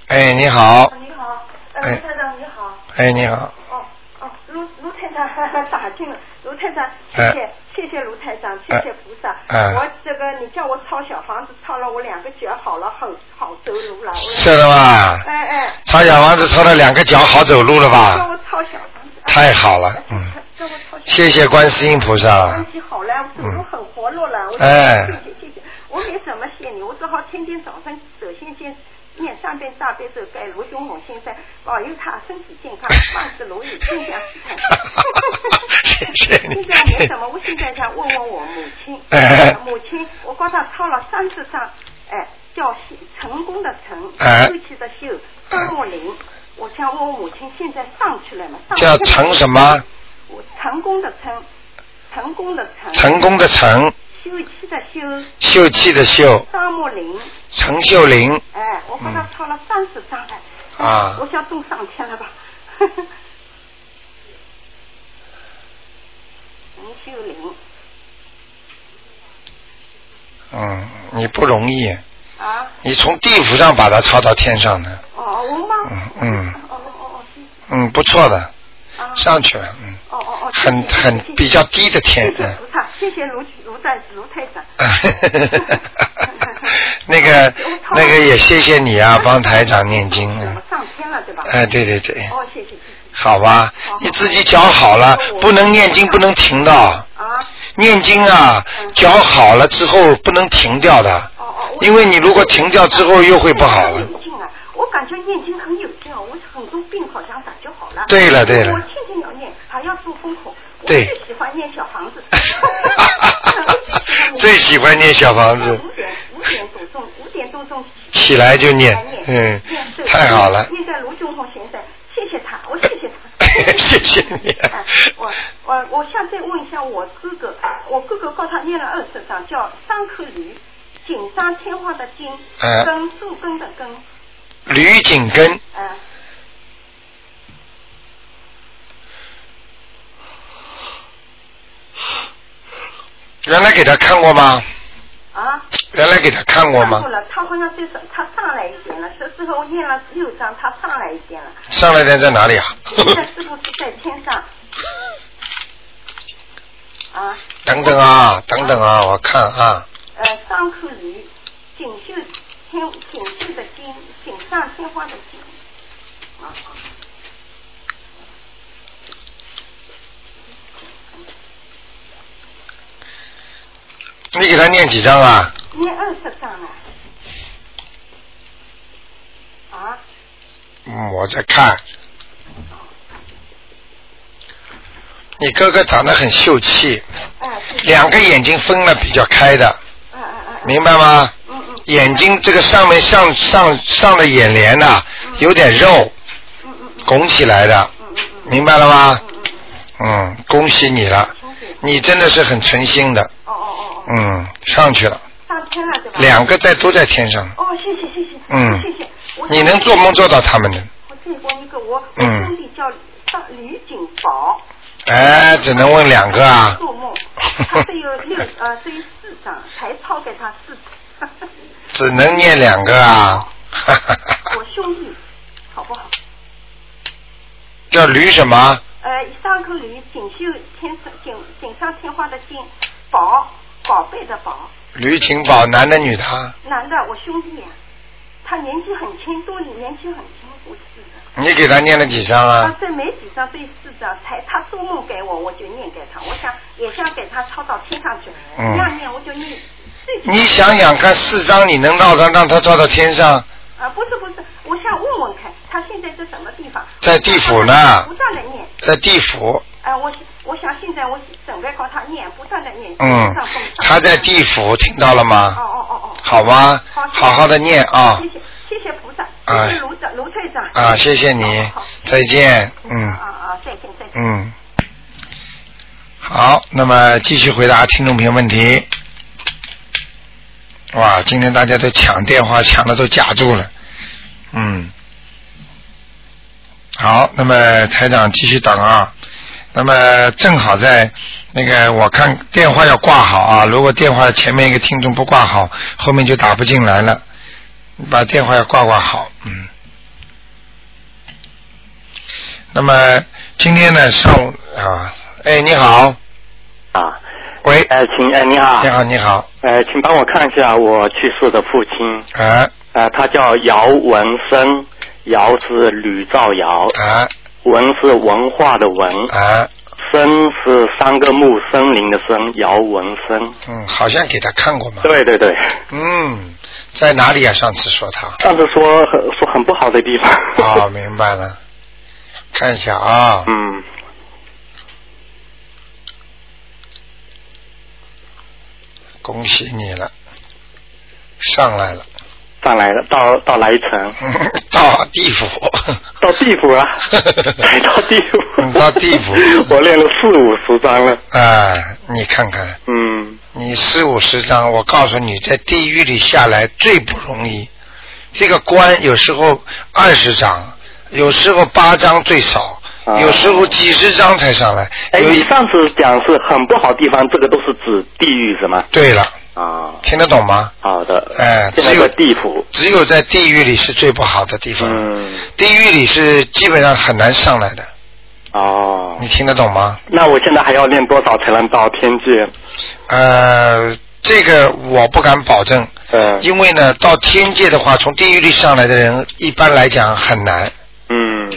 Speaker 1: 哎，你好，
Speaker 7: 你好，呃，
Speaker 1: 哎
Speaker 7: 卢太长你好，
Speaker 1: 哎，你好，
Speaker 7: 哦哦，卢卢太长 打进了，卢太长，谢
Speaker 1: 哎
Speaker 7: 谢、谢谢卢太长，谢
Speaker 1: 哎
Speaker 7: 谢菩萨，
Speaker 1: 哎
Speaker 7: 我这个你叫我抄小房子，抄了我两个脚好了，很好走路了，我
Speaker 1: 是的吧？
Speaker 7: 哎哎，
Speaker 1: 抄小王子抄了两个脚，好走路了
Speaker 7: 叫
Speaker 1: 吧？
Speaker 7: 我抄小房子，哎
Speaker 1: 太好了，嗯，
Speaker 7: 叫我抄小
Speaker 1: 谢谢观世音菩萨
Speaker 7: 身
Speaker 1: 了，
Speaker 7: 体啊好了，走路很活络了，我
Speaker 1: 哎
Speaker 7: 谢谢谢谢，我没什么谢你，我只好天天早晨首先先。念三遍大悲咒，给卢永红先生保佑他身体健康，万事如意，心想事成。
Speaker 1: 谢谢你
Speaker 7: 现在没什么，我现在想问问我母亲
Speaker 1: 哎，
Speaker 7: 母亲，我帮她抄了三十张，哎，叫成功的成，
Speaker 1: 哎
Speaker 7: 休息的休，张木林。我想问我母亲现在上去了吗？上去
Speaker 1: 叫
Speaker 7: 了
Speaker 1: 成什么？
Speaker 7: 我成功的成，成功的成，
Speaker 1: 成功的成，
Speaker 7: 休息的休，
Speaker 1: 秀气的秀，
Speaker 7: 张木林，
Speaker 1: 陈秀玲，
Speaker 7: 哎，我帮他抄了三十张了，哎
Speaker 1: 嗯啊
Speaker 7: 我想中上天了吧？ 陈秀玲
Speaker 1: 嗯，你不容易，
Speaker 7: 啊，
Speaker 1: 你从地府上把它抄到天上的，
Speaker 7: 哦，我妈，
Speaker 1: 嗯嗯
Speaker 7: 哦哦哦是
Speaker 1: 嗯，不错的，
Speaker 7: 啊，
Speaker 1: 上去了，嗯，
Speaker 7: 哦哦哦，
Speaker 1: 很
Speaker 7: 谢谢
Speaker 1: 很
Speaker 7: 谢谢
Speaker 1: 比较低的天
Speaker 7: 谢，谢
Speaker 1: 嗯。
Speaker 7: 菩萨，啊谢谢卢卢在卢太长。
Speaker 1: 那个那个也谢谢你 啊，帮台长念经啊
Speaker 7: 我。上天了对吧？
Speaker 1: 哎，对对对，
Speaker 7: 哦，谢谢谢谢
Speaker 1: 好吧，你自己脚好了，不能念经，不能停的。
Speaker 7: 啊，嗯
Speaker 1: 念经啊，脚好了之后不能停掉的，
Speaker 7: 哦哦，我
Speaker 1: 因为你如果停掉之后又会不好
Speaker 7: 我
Speaker 1: 了
Speaker 7: 有。灵性啊，我感觉念经很有效，我很多病好像感觉好了。
Speaker 1: 对了对了
Speaker 7: 我天天要念，还要做功课。我
Speaker 1: 对。
Speaker 7: 最喜欢念小房子
Speaker 1: 最喜欢念小房子
Speaker 7: 五点五点多钟，五点多钟
Speaker 1: 起来就念
Speaker 7: 念，
Speaker 1: 嗯
Speaker 7: 念咒
Speaker 1: 太好了。
Speaker 7: 念在卢俊宏先生，谢谢他，我谢谢他
Speaker 1: 谢谢你啊
Speaker 7: 哎我我我现在问一下我哥哥，我哥哥告他念了二十章，叫三颗驴，锦上添花的锦
Speaker 1: 哎，
Speaker 7: 根树根的根，
Speaker 1: 吕景根，
Speaker 7: 嗯、
Speaker 1: 原来给他看过吗？
Speaker 7: 啊。
Speaker 1: 原来给他看过吗
Speaker 7: 上？了，他好像就是他上来一点了，这时候念了六章，他上来一点 了。
Speaker 1: 上来的在哪里啊？
Speaker 7: 现在师傅是在天上。啊，
Speaker 1: 等等啊，等等啊，我看啊，
Speaker 7: 呃，上口驴，锦绣天锦绣的金，锦上添花的金。啊啊
Speaker 1: 你给他念几张啊？
Speaker 7: 念二十章了。啊，
Speaker 1: 嗯，我在看。你哥哥长得很秀气，
Speaker 7: 哎，对
Speaker 1: 两个眼睛分了比较开的，
Speaker 7: 嗯嗯嗯嗯
Speaker 1: 明白吗？
Speaker 7: 嗯嗯。
Speaker 1: 眼睛这个上面上上上的眼帘呐、有点肉，
Speaker 7: 嗯嗯嗯
Speaker 1: 拱起来的，
Speaker 7: 嗯嗯嗯。
Speaker 1: 明白了吗？
Speaker 7: 嗯嗯嗯，
Speaker 1: 嗯，恭喜你了，
Speaker 7: 同学，
Speaker 1: 你真的是很诚心的，
Speaker 7: 哦哦哦哦，
Speaker 1: 嗯，上去了，
Speaker 7: 上天了对吧？
Speaker 1: 两个在都在天上呢，
Speaker 7: 哦，谢谢谢谢，
Speaker 1: 嗯
Speaker 7: 谢谢。我
Speaker 1: 你能做梦做到他们的，
Speaker 7: 我见过一个我我
Speaker 1: 嗯
Speaker 7: 兄弟叫上吕景宝，
Speaker 1: 哎，只能问两个啊，
Speaker 7: 做梦，他只有六呃只有四张，才抄给他四张。
Speaker 1: 只能念两个啊，哈哈哈哈
Speaker 7: 我兄弟，好不好？
Speaker 1: 叫驴什么？
Speaker 7: 呃，上口吕锦绣天上锦锦上添花的锦，宝宝贝的宝，
Speaker 1: 驴情宝，男的女的啊？
Speaker 7: 男的，我兄弟呀、他年纪很轻，多年轻很轻，我是的。
Speaker 1: 你给他念了几张
Speaker 7: 他
Speaker 1: 啊？
Speaker 7: 这没几张，这四张才他做梦给我，我就念给他，我想也想给他抄到天上去，
Speaker 1: 嗯
Speaker 7: 这样念我就念。最
Speaker 1: 你想想看，四张你能让他让他照到天上，
Speaker 7: 啊，不是不是，我想问问看，他现在在什么地方？
Speaker 1: 在地府呢
Speaker 7: 不断的念，
Speaker 1: 在地府，
Speaker 7: 啊，我我想现在我准备帮他念，不断的念。
Speaker 1: 嗯
Speaker 7: 上供上，
Speaker 1: 他在地府，听到了
Speaker 7: 哦
Speaker 1: 吗？
Speaker 7: 哦哦哦。
Speaker 1: 好吗？
Speaker 7: 好
Speaker 1: 好好的念啊
Speaker 7: 谢谢谢谢菩萨，
Speaker 1: 哎
Speaker 7: 哦谢谢卢长卢队长。
Speaker 1: 啊！谢谢你
Speaker 7: 好好好，
Speaker 1: 再见，嗯
Speaker 7: 啊啊，再见再见。
Speaker 1: 嗯。好，那么继续回答听众朋友问题。哇，今天大家都抢电话，抢的都夹住了。嗯。好，那么台长继续等啊。那么正好在那个，我看电话要挂好啊。如果电话前面一个听众不挂好，后面就打不进来了。你把电话要挂挂好，嗯。那么今天呢，上午啊，哎，你好，
Speaker 8: 啊，
Speaker 1: 喂，
Speaker 8: 呃，请呃，你好，
Speaker 1: 你，好，你好，
Speaker 8: 呃，请帮我看一下我去世的父亲，
Speaker 1: 啊
Speaker 8: 呃，他叫姚文生，姚是吕兆尧，
Speaker 1: 啊
Speaker 8: 文是文化的文，
Speaker 1: 啊，
Speaker 8: 生是三个木森林的森，姚文生。
Speaker 1: 嗯，好像给他看过嘛，
Speaker 8: 对对对，
Speaker 1: 嗯，在哪里啊？上次说他，
Speaker 8: 上次说很说很不好的地方。
Speaker 1: 哦，明白了，看一下啊，
Speaker 8: 嗯，
Speaker 1: 恭喜你了，上来了，
Speaker 8: 上来了，到到来城，
Speaker 1: 到地府，，
Speaker 8: 到地府啊 来到地
Speaker 1: 嗯
Speaker 8: 府，
Speaker 1: 到地府
Speaker 8: 我练了四五十章了。
Speaker 1: 啊，你看看，
Speaker 8: 嗯，
Speaker 1: 你四五十张，我告诉你，在地狱里下来最不容易。这个关有时候二十张，有时候八张最少，
Speaker 8: 啊
Speaker 1: 有时候几十张才上来。
Speaker 8: 哎，
Speaker 1: 有
Speaker 8: 你
Speaker 1: 一
Speaker 8: 上次讲是很不好地方，这个都是指地狱是吗？
Speaker 1: 对了，
Speaker 8: 啊，
Speaker 1: 听得懂吗？
Speaker 8: 好的。
Speaker 1: 哎
Speaker 8: 这么
Speaker 1: 只有
Speaker 8: 个地府。
Speaker 1: 只有在地狱里是最不好的地方，
Speaker 8: 嗯，
Speaker 1: 地狱里是基本上很难上来的。
Speaker 8: 哦
Speaker 1: 你，听得懂吗？
Speaker 8: 那我现在还要练多少才能到天界？
Speaker 1: 呃，这个我不敢保证，
Speaker 8: 嗯
Speaker 1: 因为呢，到天界的话，从地狱里上来的人，一般来讲很难。
Speaker 8: 嗯，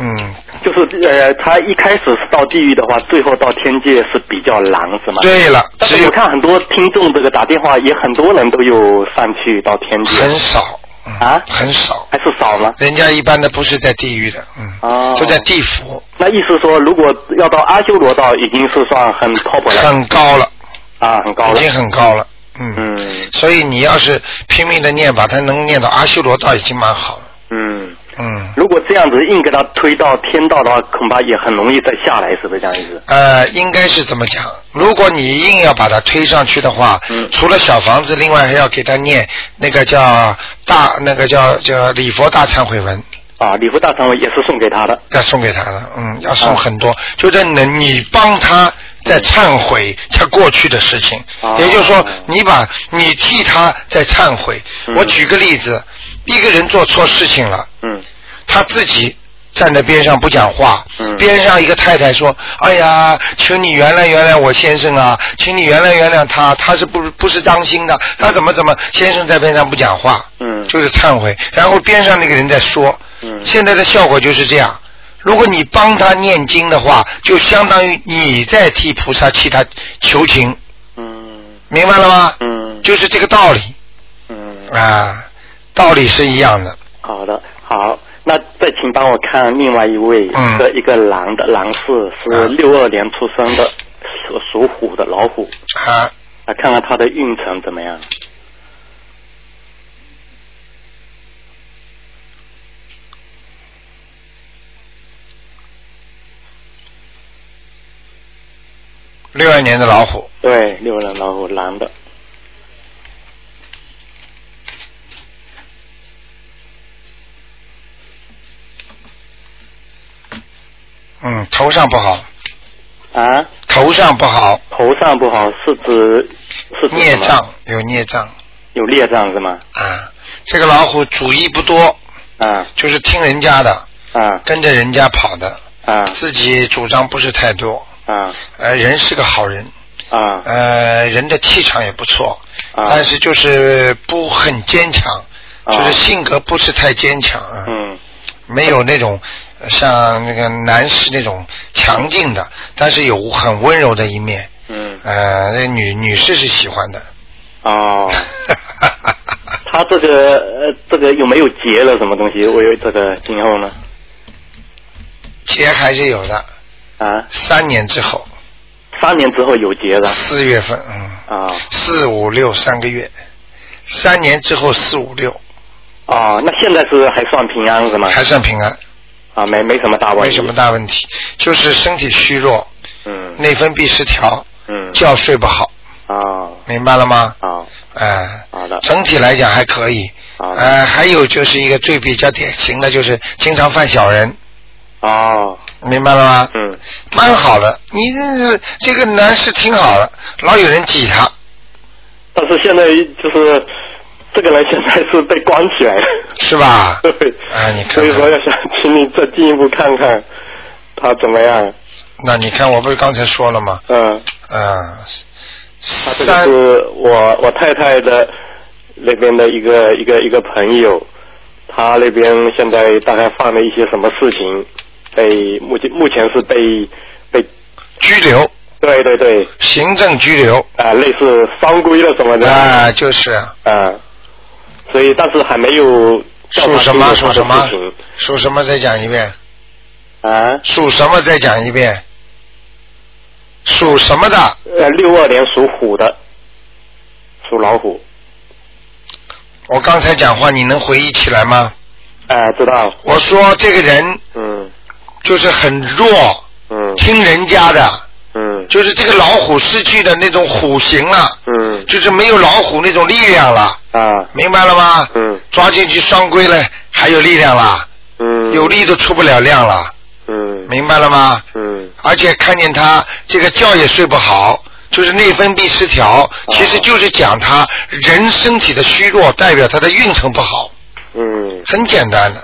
Speaker 1: 嗯，
Speaker 8: 就是呃，他一开始是到地狱的话，最后到天界是比较难是吗？。
Speaker 1: 对了，
Speaker 8: 但
Speaker 1: 只
Speaker 8: 是
Speaker 1: 有
Speaker 8: 我看很多听众这个打电话，也很多人都有上去到天界。
Speaker 1: 很少，嗯，
Speaker 8: 啊，
Speaker 1: 很少，
Speaker 8: 还是少呢？
Speaker 1: 人家一般的不是在地狱的，嗯，
Speaker 8: 哦
Speaker 1: 就在地府，
Speaker 8: 那意思说，如果要到阿修罗道，已经是算很 top 了
Speaker 1: 很高了，
Speaker 8: 啊，很高
Speaker 1: 已
Speaker 8: 了。
Speaker 1: 经很高了，嗯。
Speaker 8: 嗯
Speaker 1: 所以你要是拼命的念，把它能念到阿修罗道已经蛮好了，
Speaker 8: 嗯，
Speaker 1: 嗯。
Speaker 8: 如果这样子硬给他推到天道的话，恐怕也很容易再下来，是不是这样意思？
Speaker 1: 呃，应该是怎么讲？如果你硬要把它推上去的话，
Speaker 8: 嗯
Speaker 1: 除了小房子，另外还要给他念那个叫大那个叫叫礼佛大忏悔文，
Speaker 8: 啊，礼佛大忏悔也是送给他的。
Speaker 1: 要送给他的，嗯，要送
Speaker 8: 啊
Speaker 1: 很多，就是你你帮他在忏悔他过去的事情，
Speaker 8: 啊
Speaker 1: 也就是说，你把你替他在忏悔。
Speaker 8: 嗯
Speaker 1: 我举个例子，一个人做错事情了，
Speaker 8: 嗯
Speaker 1: 他自己站在边上不讲话，
Speaker 8: 嗯
Speaker 1: 边上一个太太说：“哎呀，求你原谅原谅我先生啊，请你原谅原谅他，他是不不是当心的，他怎么怎么。”先生在边上不讲话，
Speaker 8: 嗯
Speaker 1: 就是忏悔，然后边上那个人在说，
Speaker 8: 嗯
Speaker 1: 现在的效果就是这样。如果你帮他念经的话，就相当于你在替菩萨替他求情，
Speaker 8: 嗯
Speaker 1: 明白了吗？
Speaker 8: 嗯
Speaker 1: 就是这个道理
Speaker 8: 嗯，
Speaker 1: 啊，道理是一样的。
Speaker 8: 好的，好。那再请帮我看另外一位，
Speaker 1: 嗯
Speaker 8: 一个一个狼的狼是
Speaker 1: 啊
Speaker 8: 是六二年出生的，属属虎的老虎，
Speaker 1: 啊，
Speaker 8: 来看看他的运程怎么样。
Speaker 1: 六二年的老虎，
Speaker 8: 对，六人老虎狼的，
Speaker 1: 嗯，头上不好，
Speaker 8: 啊，
Speaker 1: 头上不好，
Speaker 8: 头上不好是指是指
Speaker 1: 孽
Speaker 8: 什么
Speaker 1: 障有孽障
Speaker 8: 有裂障是吗？
Speaker 1: 啊。这个老虎主意不多，
Speaker 8: 啊
Speaker 1: 就是听人家的，
Speaker 8: 啊
Speaker 1: 跟着人家跑的，
Speaker 2: 嗯
Speaker 8: 啊
Speaker 1: 自己主张不是太多。
Speaker 8: 啊
Speaker 1: 呃，人是个好人，
Speaker 2: 嗯
Speaker 8: 啊
Speaker 1: 呃，人的气场也不错，
Speaker 8: 啊
Speaker 1: 但是就是不很坚强，
Speaker 8: 啊
Speaker 1: 就是性格不是太坚强啊，
Speaker 8: 嗯
Speaker 1: 没有那种呃像那个男士那种强劲的，但是有很温柔的一面。
Speaker 8: 嗯
Speaker 1: 呃，那女女士是喜欢的。
Speaker 8: 哦，他这个呃这个有没有结了什么东西？我有这个今后呢
Speaker 1: 结还是有的，
Speaker 8: 啊，
Speaker 1: 三年之后，
Speaker 8: 三年之后有结了
Speaker 1: 四月份，嗯，
Speaker 8: 啊
Speaker 1: 四五六三个月，三年之后四五六
Speaker 8: 哦，那现在是还算平安是吗？
Speaker 1: 还算平安，
Speaker 8: 啊没没什么大问题，
Speaker 1: 没什么大问题，就是身体虚弱，
Speaker 8: 嗯
Speaker 1: 内分泌失调，
Speaker 8: 嗯
Speaker 1: 觉睡不好，
Speaker 8: 哦
Speaker 1: 明白了吗？
Speaker 8: 哦
Speaker 1: 哎、
Speaker 8: 好的
Speaker 1: 整体来讲还可以。
Speaker 8: 好的
Speaker 1: 呃，还有就是一个最比较典型的就是经常犯小人，
Speaker 8: 哦
Speaker 1: 明白了吗？
Speaker 8: 嗯
Speaker 1: 蛮好的，你这这个男士挺好的，老有人挤他，
Speaker 8: 但是现在就是这个人现在是被关起来了，
Speaker 1: 是吧？
Speaker 8: 对，
Speaker 1: 啊你看看
Speaker 8: 所以说要想请你再进一步看看他怎么样，
Speaker 1: 那你看，我不是刚才说了吗？
Speaker 8: 嗯，
Speaker 1: 嗯，
Speaker 8: 他这个
Speaker 1: 三
Speaker 8: 是我我太太的那边的一个一个一个朋友，他那边现在大概犯了一些什么事情，被目前目前是被被
Speaker 1: 拘留，
Speaker 8: 对对对
Speaker 1: 行政拘留
Speaker 8: 啊、类似犯规了什么的
Speaker 1: 啊，就是
Speaker 8: 啊所以但是还没有调
Speaker 1: 属
Speaker 8: 查
Speaker 1: 什么
Speaker 8: 清
Speaker 1: 属
Speaker 8: 楚
Speaker 1: 什
Speaker 8: 他的
Speaker 1: 么
Speaker 8: 事情
Speaker 1: 属什么？再讲一遍，
Speaker 8: 啊。
Speaker 1: 属什么？再讲一遍，属什么的？
Speaker 8: 呃，六二年属虎的，属老虎。
Speaker 1: 我刚才讲话你能回忆起来吗？
Speaker 8: 啊、知道。
Speaker 1: 我说这个人
Speaker 8: 嗯
Speaker 1: 就是很弱，
Speaker 8: 嗯
Speaker 1: 听人家的，
Speaker 8: 嗯
Speaker 1: 就是这个老虎失去的那种虎形了，
Speaker 8: 嗯
Speaker 1: 就是没有老虎那种力量了，
Speaker 8: 啊
Speaker 1: 明白了吗？
Speaker 8: 嗯
Speaker 1: 抓进去双规了，还有力量了，
Speaker 8: 嗯。
Speaker 1: 有力都出不了量了，
Speaker 8: 嗯
Speaker 1: 明白了吗？
Speaker 8: 嗯
Speaker 1: 而且看见他这个觉也睡不好，就是内分泌失
Speaker 8: 哦
Speaker 1: 调，其实就是讲他人身体的虚弱，代表他的运程不好，
Speaker 8: 嗯
Speaker 1: 很简单的，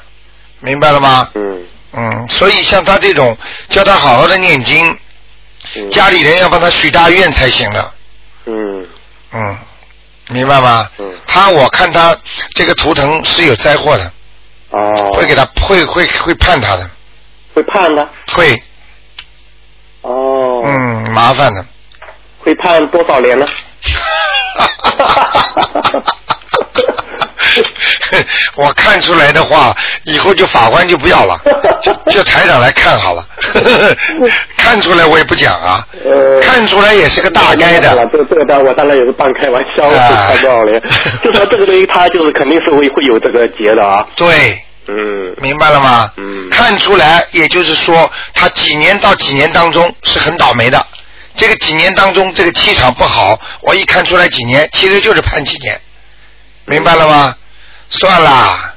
Speaker 1: 明白了吗？
Speaker 8: 嗯
Speaker 1: 嗯，所以像他这种，叫他好好的念经，
Speaker 8: 嗯。
Speaker 1: 家里人要帮他许大愿才行的，
Speaker 8: 嗯
Speaker 1: 嗯，明白吗？
Speaker 8: 嗯
Speaker 1: 他我看他这个图腾是有灾祸的，
Speaker 8: 哦。
Speaker 1: 会给他会会会判他的，
Speaker 8: 会判的。
Speaker 1: 会
Speaker 8: 哦。。
Speaker 1: 嗯麻烦的。
Speaker 8: 会判多少 年呢？
Speaker 1: 我看出来的话，以后就法官就不要了，就就台长来看好了。 看出来我也不讲啊，
Speaker 8: 呃，
Speaker 1: 看出来也是个大概
Speaker 8: 当然
Speaker 1: 的
Speaker 8: 了，。这这个当然我当然也是半开玩笑，我
Speaker 1: 啊
Speaker 8: 开到了，就说这个东西它就是肯定是会会有这个结的啊，
Speaker 1: 对，
Speaker 8: 嗯，
Speaker 1: 明白了吗？
Speaker 8: 嗯
Speaker 1: 看出来，也就是说，他几年到几年当中是很倒霉的。这个几年当中，这个气场不好，我一看出来几年，其实就是判几年，明白了吗？算啦，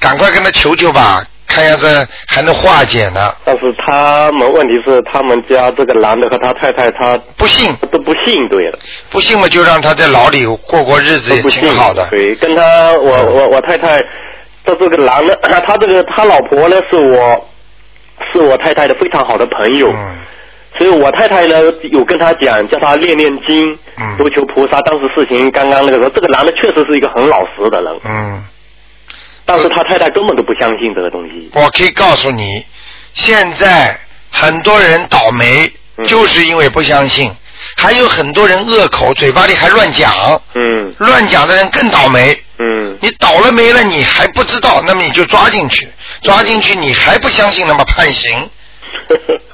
Speaker 1: 赶快跟他求求吧，看样子还能化解呢。
Speaker 8: 但是他们问题是他们家这个男的和他太太他
Speaker 1: 不信，
Speaker 8: 都不信，对了，
Speaker 1: 不信嘛，就让他在牢里过过日子
Speaker 8: 都
Speaker 1: 也
Speaker 8: 不信
Speaker 1: 挺好的。
Speaker 8: 对，跟他我
Speaker 1: 嗯
Speaker 8: 我我太太，他这个男的， 他这个他老婆呢是我是我太太的非常好的朋友，
Speaker 1: 嗯，
Speaker 8: 所以我太太呢有跟他讲，叫他练练经
Speaker 1: 嗯，
Speaker 8: 多求菩萨。当时事情刚刚那个时候，这个男的确实是一个很老实的人，
Speaker 1: 嗯，
Speaker 8: 但是他太太根本都不相信这个东西。
Speaker 1: 我可以告诉你，现在很多人倒霉
Speaker 8: 嗯
Speaker 1: 就是因为不相信，还有很多人恶口，嘴巴里还乱讲，
Speaker 8: 嗯
Speaker 1: 乱讲的人更倒霉。
Speaker 8: 嗯
Speaker 1: 你倒了霉了，你还不知道，那么你就抓进去，抓进去你还不相信，那么判 刑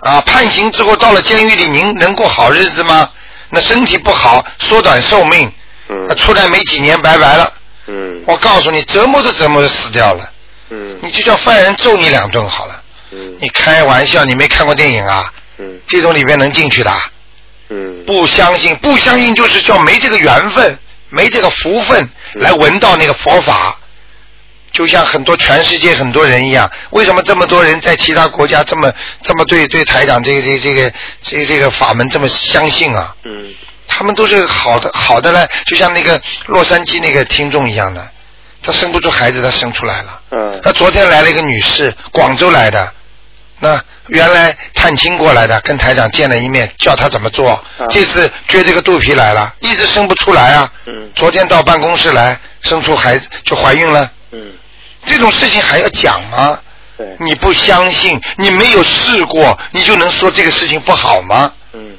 Speaker 1: 啊！判刑之后到了监狱里，您能过好日子吗？那身体不好，缩短寿命，
Speaker 8: 嗯
Speaker 1: 那出来没几年拜拜了。
Speaker 8: 嗯
Speaker 1: 我告诉你，折磨着折磨着死掉了，
Speaker 8: 嗯
Speaker 1: 你就叫犯人揍你两顿好了。
Speaker 8: 嗯
Speaker 1: 你开玩笑，你没看过电影啊？
Speaker 8: 嗯
Speaker 1: 这种里边能进去的啊？
Speaker 8: 嗯
Speaker 1: 不相信，不相信就是叫没这个缘分，没这个福分
Speaker 8: 嗯
Speaker 1: 来闻到那个佛法。就像很多全世界很多人一样，为什么这么多人在其他国家这么这么对对台长这个这个这个这个、这个法门这么相信啊？
Speaker 8: 嗯
Speaker 1: 他们都是好的好的呢，就像那个洛杉矶那个听众一样的，他生不出孩子，他生出来了。
Speaker 4: 啊
Speaker 8: 嗯
Speaker 1: 那昨天来了一个女士，广州来的，那原来探亲过来的，跟台长见了一面，教她怎么做
Speaker 8: 嗯。
Speaker 1: 这次撅这个肚皮来了，一直生不出来啊。
Speaker 8: 嗯
Speaker 1: 昨天到办公室来，生出孩子就怀孕了，
Speaker 8: 嗯，
Speaker 1: 这种事情还要讲吗？
Speaker 8: 对，
Speaker 1: 你不相信，你没有试过，你就能说这个事情不好吗？
Speaker 8: 嗯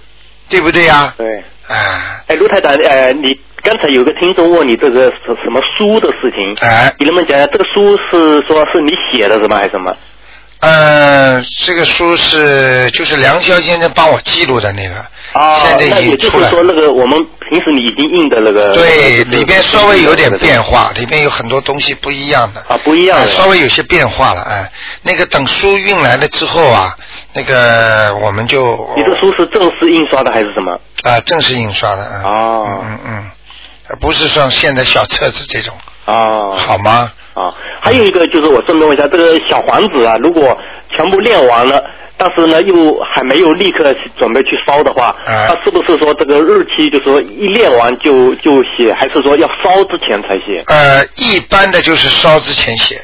Speaker 1: 对不对呀、
Speaker 8: 对。
Speaker 1: 啊？哎，
Speaker 8: 哎，卢台长，呃，你刚才有个听众问你这个什什么书的事情，
Speaker 1: 哎，
Speaker 8: 你能不能讲讲这个书是说是你写的是吗？还是什么？
Speaker 1: 呃，这个书是就是梁霄先生帮我记录的那个，
Speaker 8: 啊，
Speaker 1: 哦现在
Speaker 8: 那
Speaker 1: 已
Speaker 8: 也就
Speaker 1: 经出来
Speaker 8: 是说，。
Speaker 1: 了
Speaker 8: 那个我们平时你已经印的呃那个，
Speaker 1: 对，
Speaker 8: 那个
Speaker 1: 里边稍微有点变化，里边有很多东西不一样的。
Speaker 8: 啊不一样的
Speaker 1: 哎稍微有些变化了，哎，那个等书运来了之后啊，那个我们就
Speaker 8: 你这书是正式印刷的还是什么？
Speaker 1: 啊、正式印刷的啊，
Speaker 8: 哦
Speaker 1: 嗯嗯嗯，不是像现在小册子这种，
Speaker 8: 啊，
Speaker 1: 好吗？
Speaker 8: 啊，还有一个就是我顺便问一下，这个小房子啊，如果全部练完了，但是呢又还没有立刻准备去烧的话，
Speaker 1: 哎
Speaker 8: 它是不是说这个日期就说一练完就就写，还是说要烧之前才写？
Speaker 1: 呃，一般的就是烧之前写，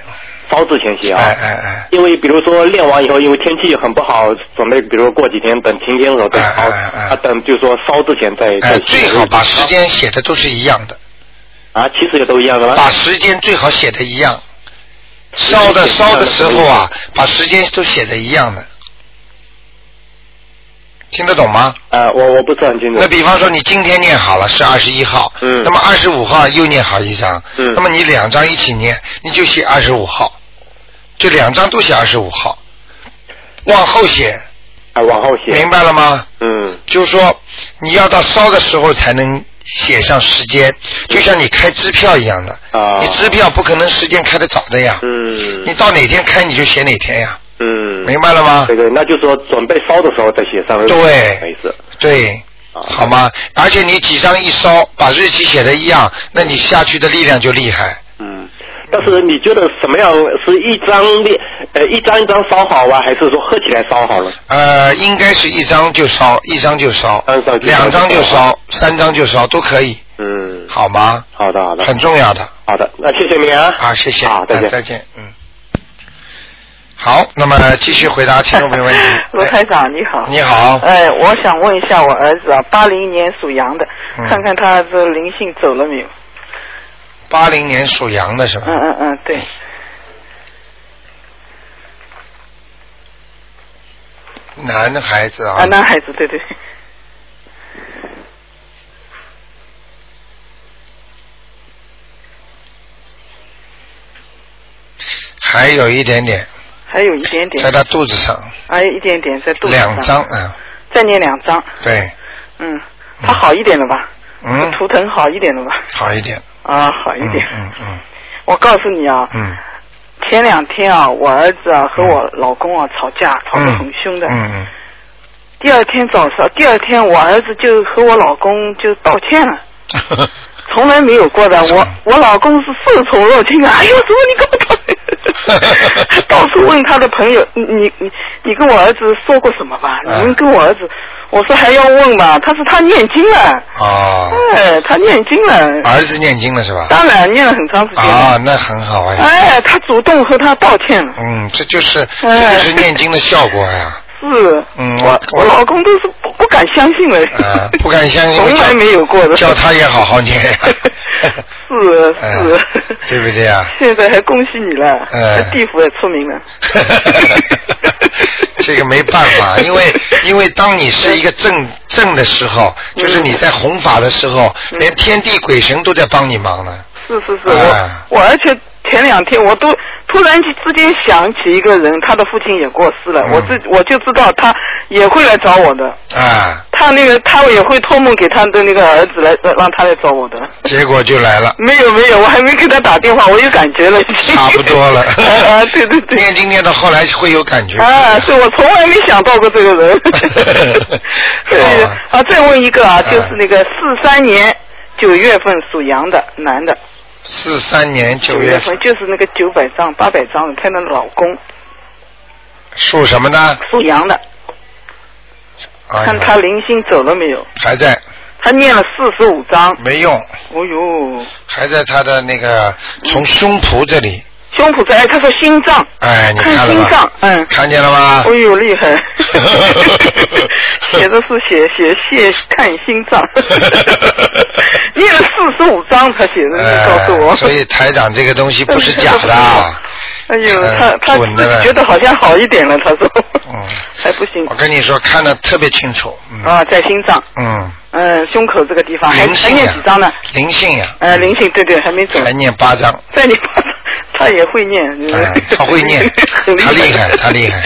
Speaker 8: 烧之前写啊？
Speaker 1: 哎哎哎，
Speaker 8: 因为比如说练完以后，因为天气很不好，准备比如说过几天等晴天的时候再烧，
Speaker 1: 哎哎哎
Speaker 8: 啊等就是说烧之前再再
Speaker 1: 哎，
Speaker 8: 写
Speaker 1: 最好把时间写的都是一样的。
Speaker 8: 啊，其实也都一样的吗？
Speaker 1: 把时间最好写的一样，烧的烧的时候啊，把时间都写的一样的，听得懂吗？
Speaker 8: 啊，我我不是很清楚啊
Speaker 1: 那。比方说你今天念好了是二十一号，
Speaker 8: 嗯
Speaker 1: 那么二十五号又念好一张，
Speaker 8: 嗯
Speaker 1: 那么你两张一起念，你就写二十五号，就两张都写二十五号，往后写，
Speaker 8: 啊，往后写。
Speaker 1: 明白了吗？
Speaker 8: 嗯
Speaker 1: 就是说你要到烧的时候才能写上时间，就像你开支票一样的，
Speaker 8: 啊
Speaker 1: 你支票不可能时间开得早的呀，
Speaker 8: 嗯
Speaker 1: 你到哪天开你就写哪天呀，
Speaker 8: 嗯，
Speaker 1: 明白了吗
Speaker 8: 对？对，那就是说准备烧的时候再写上。
Speaker 1: 对
Speaker 8: 没事。
Speaker 1: 对，
Speaker 8: 啊
Speaker 1: 好吗？而且你几张一烧，把日期写的一样，那你下去的力量就厉害。
Speaker 8: 嗯，但是你觉得什么样是一张列呃一张一张烧好啊，还是说合起来烧好了？
Speaker 1: 呃，应该是一张就烧，一张就烧
Speaker 8: 三张，就烧
Speaker 1: 两张就烧，三张就烧都可以，
Speaker 8: 嗯，
Speaker 1: 好吗？
Speaker 8: 好的好的
Speaker 1: 很重要的。
Speaker 8: 好的，那谢谢你啊。
Speaker 1: 啊，谢谢，
Speaker 8: 好，再
Speaker 1: 哎
Speaker 8: 见
Speaker 1: 再见，嗯。好，那么继续回答听众朋友问题。
Speaker 9: 罗台长你好
Speaker 1: 哎，你好，
Speaker 9: 哎，我想问一下我儿子啊，八零年属羊的，
Speaker 1: 嗯
Speaker 9: 看看他这灵性走了没有？
Speaker 1: 八零年属羊的是吧
Speaker 9: 嗯？嗯嗯，对，
Speaker 1: 男孩子啊
Speaker 9: 啊，，男孩子，对对，
Speaker 1: 还有一点点，
Speaker 9: 还有一点点
Speaker 1: 在，他肚子上，
Speaker 9: 还有一点点在肚子上。
Speaker 1: 两张，，嗯，
Speaker 9: 再念两张，
Speaker 1: 对，
Speaker 9: 嗯，他好一点了吧？
Speaker 1: 嗯，
Speaker 9: 图腾好一点了吧？
Speaker 1: 好一点，
Speaker 9: 啊，好一
Speaker 1: 嗯
Speaker 9: 点。
Speaker 1: 嗯嗯
Speaker 9: 我告诉你啊，
Speaker 1: 嗯
Speaker 9: 前两天啊，我儿子啊和我老公啊吵架，吵得很凶的。
Speaker 1: 嗯嗯，
Speaker 9: 第二天早上，第二天我儿子就和我老公就道 歉了。从来没有过的。我我老公是受宠若惊啊！哎呦，怎么你跟我道歉？ 到处问他的朋友，你你你你跟我儿子说过什么吧？
Speaker 1: 哎
Speaker 9: 你们跟我儿子，我说还要问吧？他说他念经了，
Speaker 1: 哦，
Speaker 9: 哎，他念经了，
Speaker 1: 儿子念经了是吧？
Speaker 9: 当然念了很长时间了。
Speaker 1: 啊，那很好哎，
Speaker 9: 哎，他主动和他道歉了，
Speaker 1: 嗯，这就是这
Speaker 9: 哎
Speaker 1: 就是念经的效果呀，
Speaker 9: 是
Speaker 1: 嗯，
Speaker 9: 我我老公都是不不敢相信了，
Speaker 1: 啊，不敢相信，
Speaker 9: 从来没有过的，
Speaker 1: 叫他也好好念 呀，
Speaker 9: 是
Speaker 1: 哎
Speaker 9: 是，
Speaker 1: 对不对呀？
Speaker 9: 现在还恭喜你了，
Speaker 1: 哎
Speaker 9: 地府也出名了。
Speaker 1: 这个没办 法，因为因为当你是一个正正的时候，
Speaker 9: 嗯
Speaker 1: 就是你在弘法的时候，连天地鬼神都在帮你忙呢。
Speaker 9: 是是是，
Speaker 1: 哎
Speaker 9: 嗯我我而且前两天我都突然之间想起一个人，他的父亲也过世了，
Speaker 1: 嗯
Speaker 9: 我自我就知道他也会来找我的，
Speaker 1: 啊，
Speaker 9: 他那个他也会托梦给他的那个儿子来让他来找我的。
Speaker 1: 结果就来 了，
Speaker 9: 没有没有，我还没给他打电话，我有感觉了，已经。
Speaker 1: 差不 多了
Speaker 9: 啊，对对对。
Speaker 1: 念经念到后来会 有感 觉。。
Speaker 9: 啊，是我从来没想到过这个人所以
Speaker 1: 好啊
Speaker 9: 啊，再问一个啊，
Speaker 1: 啊
Speaker 9: 就是那个四三年九月份属羊的男的，
Speaker 1: 四三年九
Speaker 9: 九
Speaker 1: 月
Speaker 9: 份
Speaker 1: 份
Speaker 9: 就是那个九百张、八百张，她的老公
Speaker 1: 属什么呢？
Speaker 9: 属羊的，
Speaker 1: 哎
Speaker 9: 看
Speaker 1: 呀
Speaker 9: 他灵性走了没有？
Speaker 1: 还在
Speaker 9: 他念了四十五章，
Speaker 1: 没用，
Speaker 9: 哦呦，嗯
Speaker 1: 还在他的那个从胸脯这里，
Speaker 9: 胸脯在，哎，他说心脏，
Speaker 1: 哎，你
Speaker 9: 看
Speaker 1: 看了
Speaker 9: 心
Speaker 1: 吧
Speaker 9: 脏？，嗯，
Speaker 1: 看见了吧？
Speaker 9: 哦呦，厉害，写的是写写谢看心 脏，念了四十五章，他写的，你告诉我
Speaker 1: 呃，。所以台长这个东西不是假的 啊。
Speaker 9: 哎呦，
Speaker 1: 呃
Speaker 9: 他他自
Speaker 1: 准的了
Speaker 9: 己觉得好像好一点了，他说，
Speaker 1: 嗯，
Speaker 9: 还不行
Speaker 1: 我跟你说，看的特别清楚。嗯、
Speaker 9: 啊，在心脏，
Speaker 1: 嗯，
Speaker 9: 嗯，胸口这个地方，还
Speaker 1: 灵
Speaker 9: 还
Speaker 1: 性呀
Speaker 9: 念几张呢？
Speaker 1: 灵性呀、
Speaker 9: 呃，灵性，对对，还没走。
Speaker 1: 还念八章，
Speaker 9: 在你爸，他也会念。，
Speaker 1: 哎，他会念
Speaker 9: 很
Speaker 1: 他厉害，他 厉害，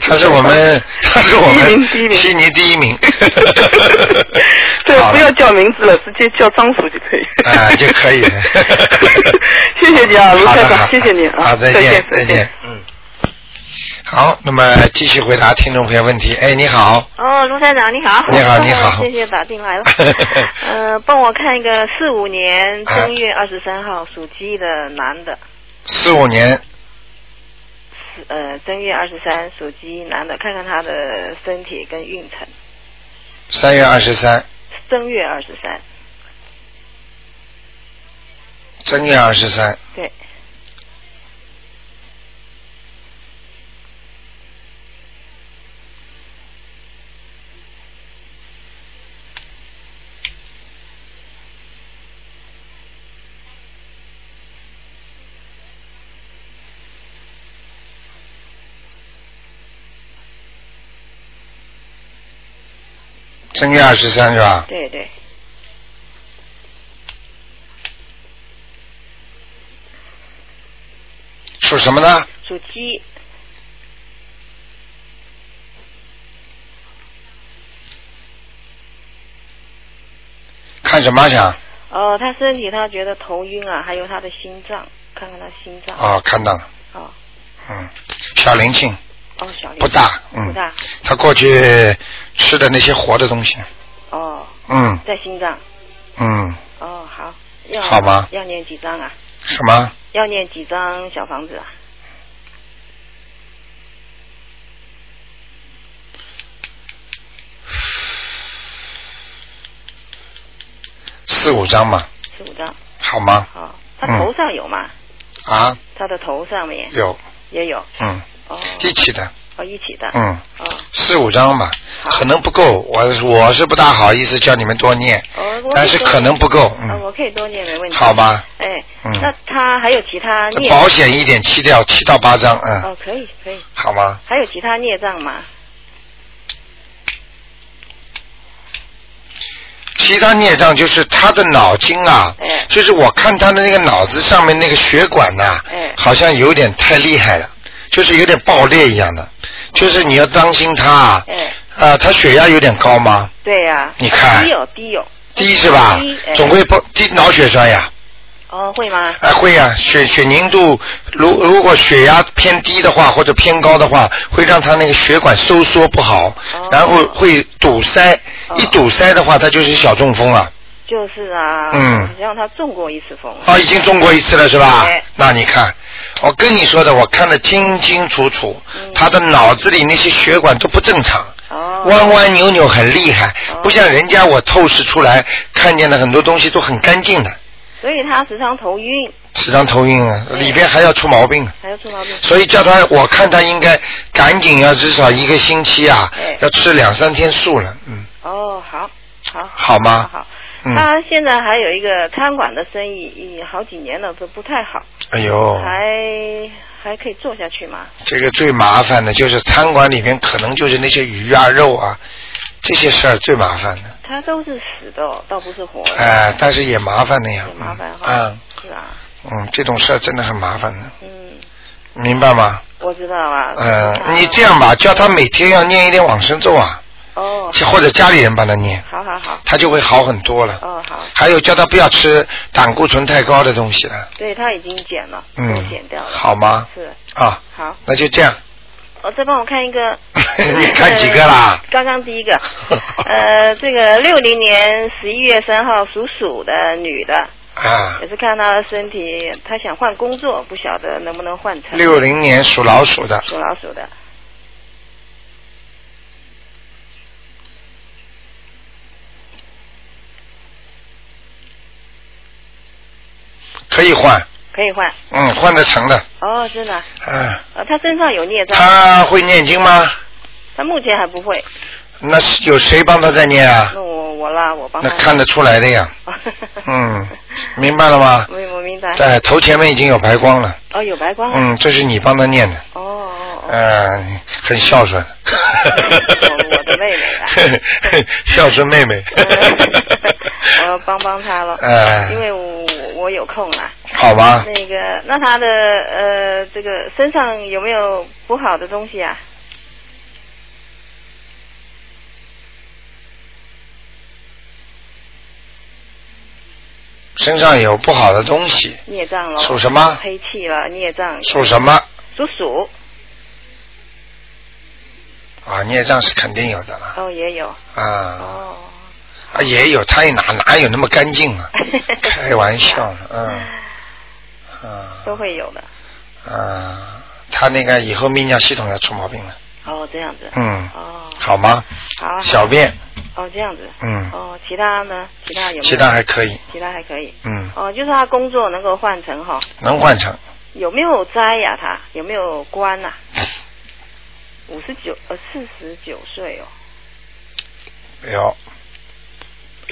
Speaker 1: 他是我们，他是我
Speaker 9: 第
Speaker 1: 们
Speaker 9: 一名第一名。
Speaker 1: 悉尼第一 名
Speaker 9: 对，
Speaker 1: 好
Speaker 9: 不
Speaker 1: 了
Speaker 9: 要叫名字了，直接叫张叔就可以。
Speaker 1: 哎就可以了
Speaker 9: 谢谢你啊，卢
Speaker 1: 好
Speaker 9: 台
Speaker 1: 的
Speaker 9: 长
Speaker 1: 好，
Speaker 9: 谢谢你
Speaker 1: 好，
Speaker 9: 啊，
Speaker 1: 再
Speaker 9: 见
Speaker 1: 见，，再见。，嗯。好，那么继续回答听众朋友问题。哎，你 好，
Speaker 10: 哦，卢台长你好。
Speaker 1: 你好你好
Speaker 10: 谢谢打进 来了。呃，帮我看一个四五年
Speaker 1: 啊
Speaker 10: 正月二十三号属鸡的男的，
Speaker 1: 四五年
Speaker 10: 是呃，正月二十三属鸡男的，看看他的身体跟运程。
Speaker 1: 三月二十三，
Speaker 10: 正月二十三，
Speaker 1: 正月二十三，
Speaker 10: 对，
Speaker 1: 正月二十三是吧？
Speaker 10: 对对，
Speaker 1: 属什么呢？
Speaker 10: 属鸡，
Speaker 1: 看什么想？
Speaker 10: 哦，他身体他觉得头晕啊，还有他的心脏，看看他心脏。
Speaker 1: 哦，看到了，
Speaker 10: 哦
Speaker 1: 嗯，小灵性
Speaker 10: 哦，小林
Speaker 1: 不大，嗯
Speaker 10: 不，大
Speaker 1: 他过去吃的那些活的东西，
Speaker 10: 哦，
Speaker 1: 嗯
Speaker 10: 在心脏
Speaker 1: 嗯，
Speaker 10: 哦，好，要
Speaker 1: 好吗
Speaker 10: 要念几张啊？
Speaker 1: 什么？
Speaker 10: 要念几张小房子啊？
Speaker 1: 四五张嘛，
Speaker 10: 四五张。
Speaker 1: 好吗？
Speaker 10: 哦，
Speaker 1: 嗯
Speaker 10: 他头上有吗？
Speaker 1: 啊，
Speaker 10: 他的头上面
Speaker 1: 有，
Speaker 10: 也有。
Speaker 1: 嗯，
Speaker 10: 哦
Speaker 1: 一起的，
Speaker 10: 哦，一起的。
Speaker 1: 嗯，
Speaker 10: 哦
Speaker 1: 四五张吧，
Speaker 10: 好
Speaker 1: 可能不够，我我是不大好意思叫你们多念，
Speaker 10: 哦，我
Speaker 1: 但是
Speaker 10: 可以多
Speaker 1: 可能不够，
Speaker 10: 啊，
Speaker 1: 嗯，
Speaker 10: 我可以多念没问题。
Speaker 1: 好。吧，
Speaker 10: 哎，
Speaker 1: 嗯
Speaker 10: 那他还有其他
Speaker 1: 这
Speaker 10: 孽？
Speaker 1: 保险一点，七掉七到八张，嗯，
Speaker 10: 哦，可以可以。
Speaker 1: 好吗？
Speaker 10: 还有其他孽障吗？
Speaker 1: 其他孽障就是他的脑筋啊，
Speaker 10: 哎
Speaker 1: 就是我看他的那个脑子上面那个血管呐、
Speaker 10: 哎
Speaker 1: 好像有点太厉害了，就是有点爆裂一样的，就是你要当心他啊，
Speaker 10: 哎
Speaker 1: 啊，他血压有点高吗？
Speaker 10: 对呀、
Speaker 1: 你看
Speaker 10: 低有低有，
Speaker 1: 低是吧
Speaker 10: 哦低？哎
Speaker 1: 总会爆低脑血栓呀。
Speaker 10: 哦，会吗？
Speaker 1: 啊，会呀、血血凝度，如如果血压偏低的话，或者偏高的话，会让他那个血管收缩不好，然后会堵塞，一堵塞的话，他就是小中风了。
Speaker 10: 就是啊，
Speaker 1: 嗯，
Speaker 10: 让他中过一次风。
Speaker 1: 啊，已经中过一次了是吧
Speaker 10: 哎？
Speaker 1: 那你看，我跟你说的，我看得清清楚楚，他的脑子里那些血管都不正常。弯弯扭扭很厉害，不像人家我透视出来看见的很多东西都很干净的，
Speaker 10: 所以他时常头晕，
Speaker 1: 时常头晕啊，里边还要出毛病。
Speaker 10: 还要出毛病。
Speaker 1: 所以叫他，我看他应该赶紧要至少一个星期啊，要吃两三天素了，嗯，
Speaker 10: 哦，好，好，
Speaker 1: 好吗？
Speaker 10: 好，
Speaker 1: 嗯，
Speaker 10: 他现在还有一个餐馆的生意，已好几年了都不太好，
Speaker 1: 哎呦，
Speaker 10: 还还可以做下去吗？
Speaker 1: 这个最麻烦的就是餐馆里面可能就是那些鱼啊、肉啊这些事儿最麻烦的，
Speaker 10: 他都是死的哦，倒不是活的，
Speaker 1: 哎、但是也麻烦的呀，
Speaker 10: 麻烦哈，
Speaker 1: 嗯
Speaker 10: 是吧？
Speaker 1: 嗯，这种事儿真的很麻烦的，
Speaker 10: 嗯，
Speaker 1: 明白吗？
Speaker 10: 我知道了。
Speaker 1: 嗯，你这样吧，叫他每天要念一点往生咒啊，
Speaker 10: 哦，
Speaker 1: 或者家里人帮他念，
Speaker 10: 好好好，
Speaker 1: 他就会好很多了。
Speaker 10: 哦好，
Speaker 1: 还有叫他不要吃胆固醇太高的东西了，
Speaker 10: 对他已经减了，
Speaker 1: 嗯
Speaker 10: 都减掉了，
Speaker 1: 好吗？
Speaker 10: 是
Speaker 1: 啊，
Speaker 10: 好，
Speaker 1: 那就 这样，
Speaker 10: 我再帮我看一个，
Speaker 1: 你看几个啦？
Speaker 10: 刚刚第 一个，呃，这个六零年十一月三号属鼠的女的，
Speaker 1: 啊，
Speaker 10: 也是看她的身体，她想换工作，不晓得能不能换成。
Speaker 1: 六零年属老鼠的，
Speaker 10: 属老鼠的，
Speaker 1: 可以换，
Speaker 10: 可以换。
Speaker 1: 嗯，换得成的，
Speaker 10: 哦，真的啊，
Speaker 1: 嗯，
Speaker 10: 呃，她身上有孽障。
Speaker 1: 他会念经吗？
Speaker 10: 她目前还不会。
Speaker 1: 那是有谁帮他在念啊？
Speaker 10: 那我我啦，我帮她
Speaker 1: 那。看得出来的 呀，嗯，明白了吗？
Speaker 10: 我我明白。
Speaker 1: 在头前面已经有白光了，
Speaker 10: 哦，有白光。
Speaker 1: 嗯，这是你帮他念的，
Speaker 10: 哦哦哦。
Speaker 1: 嗯，很孝顺，
Speaker 10: 我我的妹妹啊， 嗯
Speaker 1: 孝顺妹妹，
Speaker 10: 我要帮帮她了，
Speaker 1: 哎
Speaker 10: 因为我我有空啦。
Speaker 1: 好吧？
Speaker 10: 那个，那他的呃，这个身上有没有不好的东西啊？
Speaker 1: 身上有不好的东西，
Speaker 10: 孽障喽？
Speaker 1: 属什么
Speaker 10: 黑气了，孽障。
Speaker 1: 属什么？
Speaker 10: 属鼠。
Speaker 1: 啊，孽障是肯定有的了
Speaker 10: 哦，也有。
Speaker 1: 啊。
Speaker 10: 哦
Speaker 1: 啊，也有，他也哪哪有那么干净啊？开玩笑呢，嗯，啊
Speaker 10: 都会有的。
Speaker 1: 啊，他那个以后泌尿系统要出毛病了，
Speaker 10: 哦，这样子。
Speaker 1: 嗯，
Speaker 10: 哦，
Speaker 1: 好吗？
Speaker 10: 好啊。好啊
Speaker 1: 小便。
Speaker 10: 哦，这样子。
Speaker 1: 嗯
Speaker 10: 哦，其他呢？其他有没有？
Speaker 1: 其他还可以。
Speaker 10: 其他还可以。
Speaker 1: 嗯，
Speaker 10: 哦，就是他工作能够换成哈、
Speaker 1: 能换成，
Speaker 10: 有没有摘呀、他有没有关呐、五十九呃四十九岁哦，
Speaker 1: 有，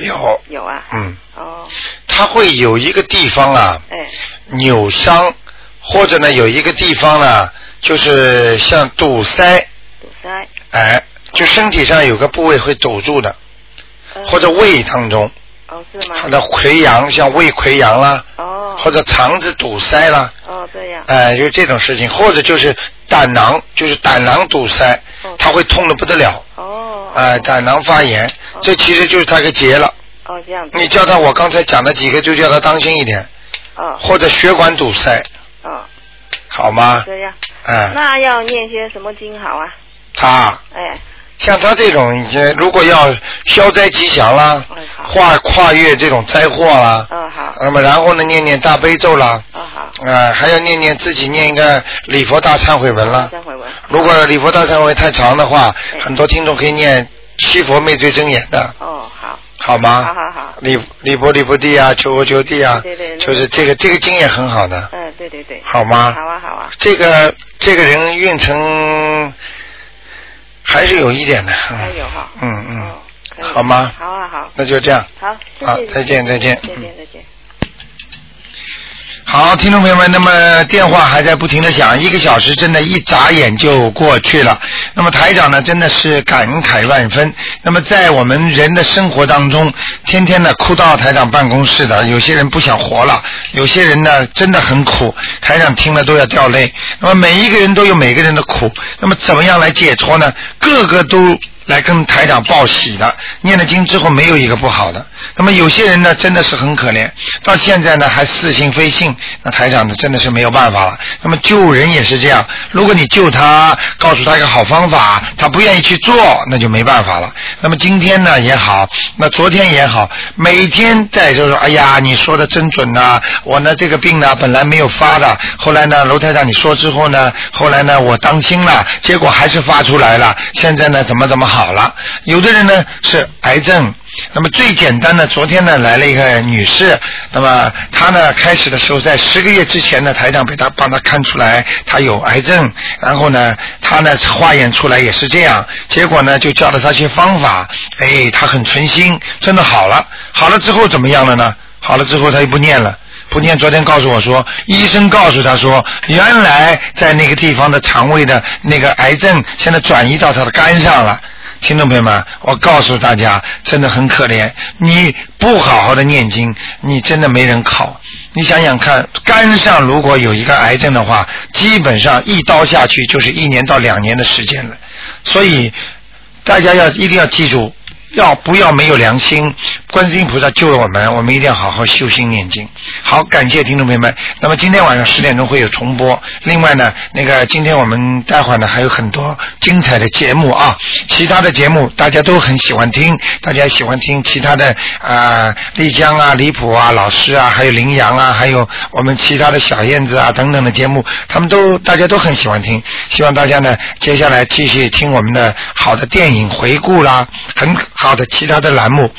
Speaker 1: 有，
Speaker 10: 有啊，
Speaker 1: 嗯，
Speaker 10: 哦，
Speaker 1: 他会有一个地方啊
Speaker 10: 哎，
Speaker 1: 扭伤，或者呢有一个地方呢就是像堵塞，
Speaker 10: 堵塞，
Speaker 1: 哎，就身体上有个部位会堵住的，
Speaker 10: 呃
Speaker 1: 或者胃当中，
Speaker 10: 哦是吗？
Speaker 1: 他的溃疡像胃溃疡啦，或者肠子堵塞啦，
Speaker 10: 哦这样，
Speaker 1: 哎、就这种事情，或者就是胆囊，就是胆囊堵塞，他会痛的不得了。
Speaker 10: 哦。
Speaker 1: 哎、胆囊发炎，这其实就是他个结了。
Speaker 10: 哦这样子，
Speaker 1: 你叫他，我刚才讲的几个，就叫他当心一点，
Speaker 10: 哦
Speaker 1: 或者血管堵塞，
Speaker 10: 哦
Speaker 1: 好吗？
Speaker 10: 这样，
Speaker 1: 哎、
Speaker 10: 那要念些什么经好啊？
Speaker 1: 他
Speaker 10: 哎，
Speaker 1: 像他这种，已经如果要消灾吉祥啦，跨跨越这种灾祸啦，
Speaker 10: 嗯好，
Speaker 1: 那么然后呢，念念大悲咒啦，
Speaker 10: 哦好，
Speaker 1: 呃，还要念念自己念一个礼佛大忏悔文啦。
Speaker 10: 忏悔文，哎
Speaker 1: 如果礼佛大忏悔文太长的话，很多听众可以念七佛灭罪真言的，
Speaker 10: 哦好，
Speaker 1: 好吗？
Speaker 10: 好好好，
Speaker 1: 礼礼佛礼佛地啊，求佛求地啊，
Speaker 10: 对对对
Speaker 1: 就是这个这个经也很好的，
Speaker 10: 嗯对对对，
Speaker 1: 好吗
Speaker 10: 好啊好啊，
Speaker 1: 这个这个人运程还是有一点的，
Speaker 10: 还
Speaker 1: 嗯
Speaker 10: 有哈，
Speaker 1: 嗯嗯，
Speaker 10: 哦可以
Speaker 1: 好吗
Speaker 10: 好啊好，
Speaker 1: 那就这样，
Speaker 10: 好，谢谢
Speaker 1: 好再见再见
Speaker 10: 再见再见。
Speaker 1: 好，听众朋友们，那么电话还在不停的响，一个小时真的，一眨眼就过去了。那么台长呢，真的是感慨万分。那么在我们人的生活当中，天天呢哭到台长办公室的，有些人不想活了，有些人呢真的很苦，台长听了都要掉泪。那么每一个人都有每个人的苦，那么怎么样来解脱呢？个个都来跟台长报喜的，念了经之后没有一个不好的。那么有些人呢，真的是很可怜，到现在呢还似信非信，那台长呢真的是没有办法了。那么救人也是这样，如果你救他，告诉他一个好方法，他不愿意去做，那就没办法了。那么今天呢也好，那昨天也好，每天在就说，哎呀，你说的真准呐、我呢这个病呢本来没有发的，后来呢楼台长你说之后呢，后来呢我当心了，结果还是发出来了，现在呢怎么怎么好了。有的人呢是癌症。那么最简单的，昨天呢来了一个女士，那么她呢开始的时候在十个月之前呢，台长被她帮她看出来她有癌症，然后呢她呢化验出来也是这样，结果呢就教了她些方法，哎，她很存心，真的好了，好了之后怎么样了呢？好了之后她又不念了。不念，昨天告诉我说，医生告诉他说，原来在那个地方的肠胃的那个癌症，现在转移到他的肝上了。听众朋友们，我告诉大家，真的很可怜。你不好好的念经，你真的没人靠。你想想看，肝上如果有一个癌症的话，基本上一刀下去就是一年到两年的时间了。所以大家要一定要记住，要不要没有良心？观世音菩萨救了我们，我们一定要好好修心念经。好，感谢听众朋友们。那么今天晚上十点钟会有重播。另外呢，那个今天我们待会儿呢还有很多精彩的节目啊，其他的节目大家都很喜欢听，大家喜欢听其他的啊、呃丽江啊、离谱啊、老师啊，还有羚羊啊，还有我们其他的小燕子啊等等的节目，他们都大家都很喜欢听。希望大家呢接下来继续听我们的好的电影回顾啦，很好的其他的栏目。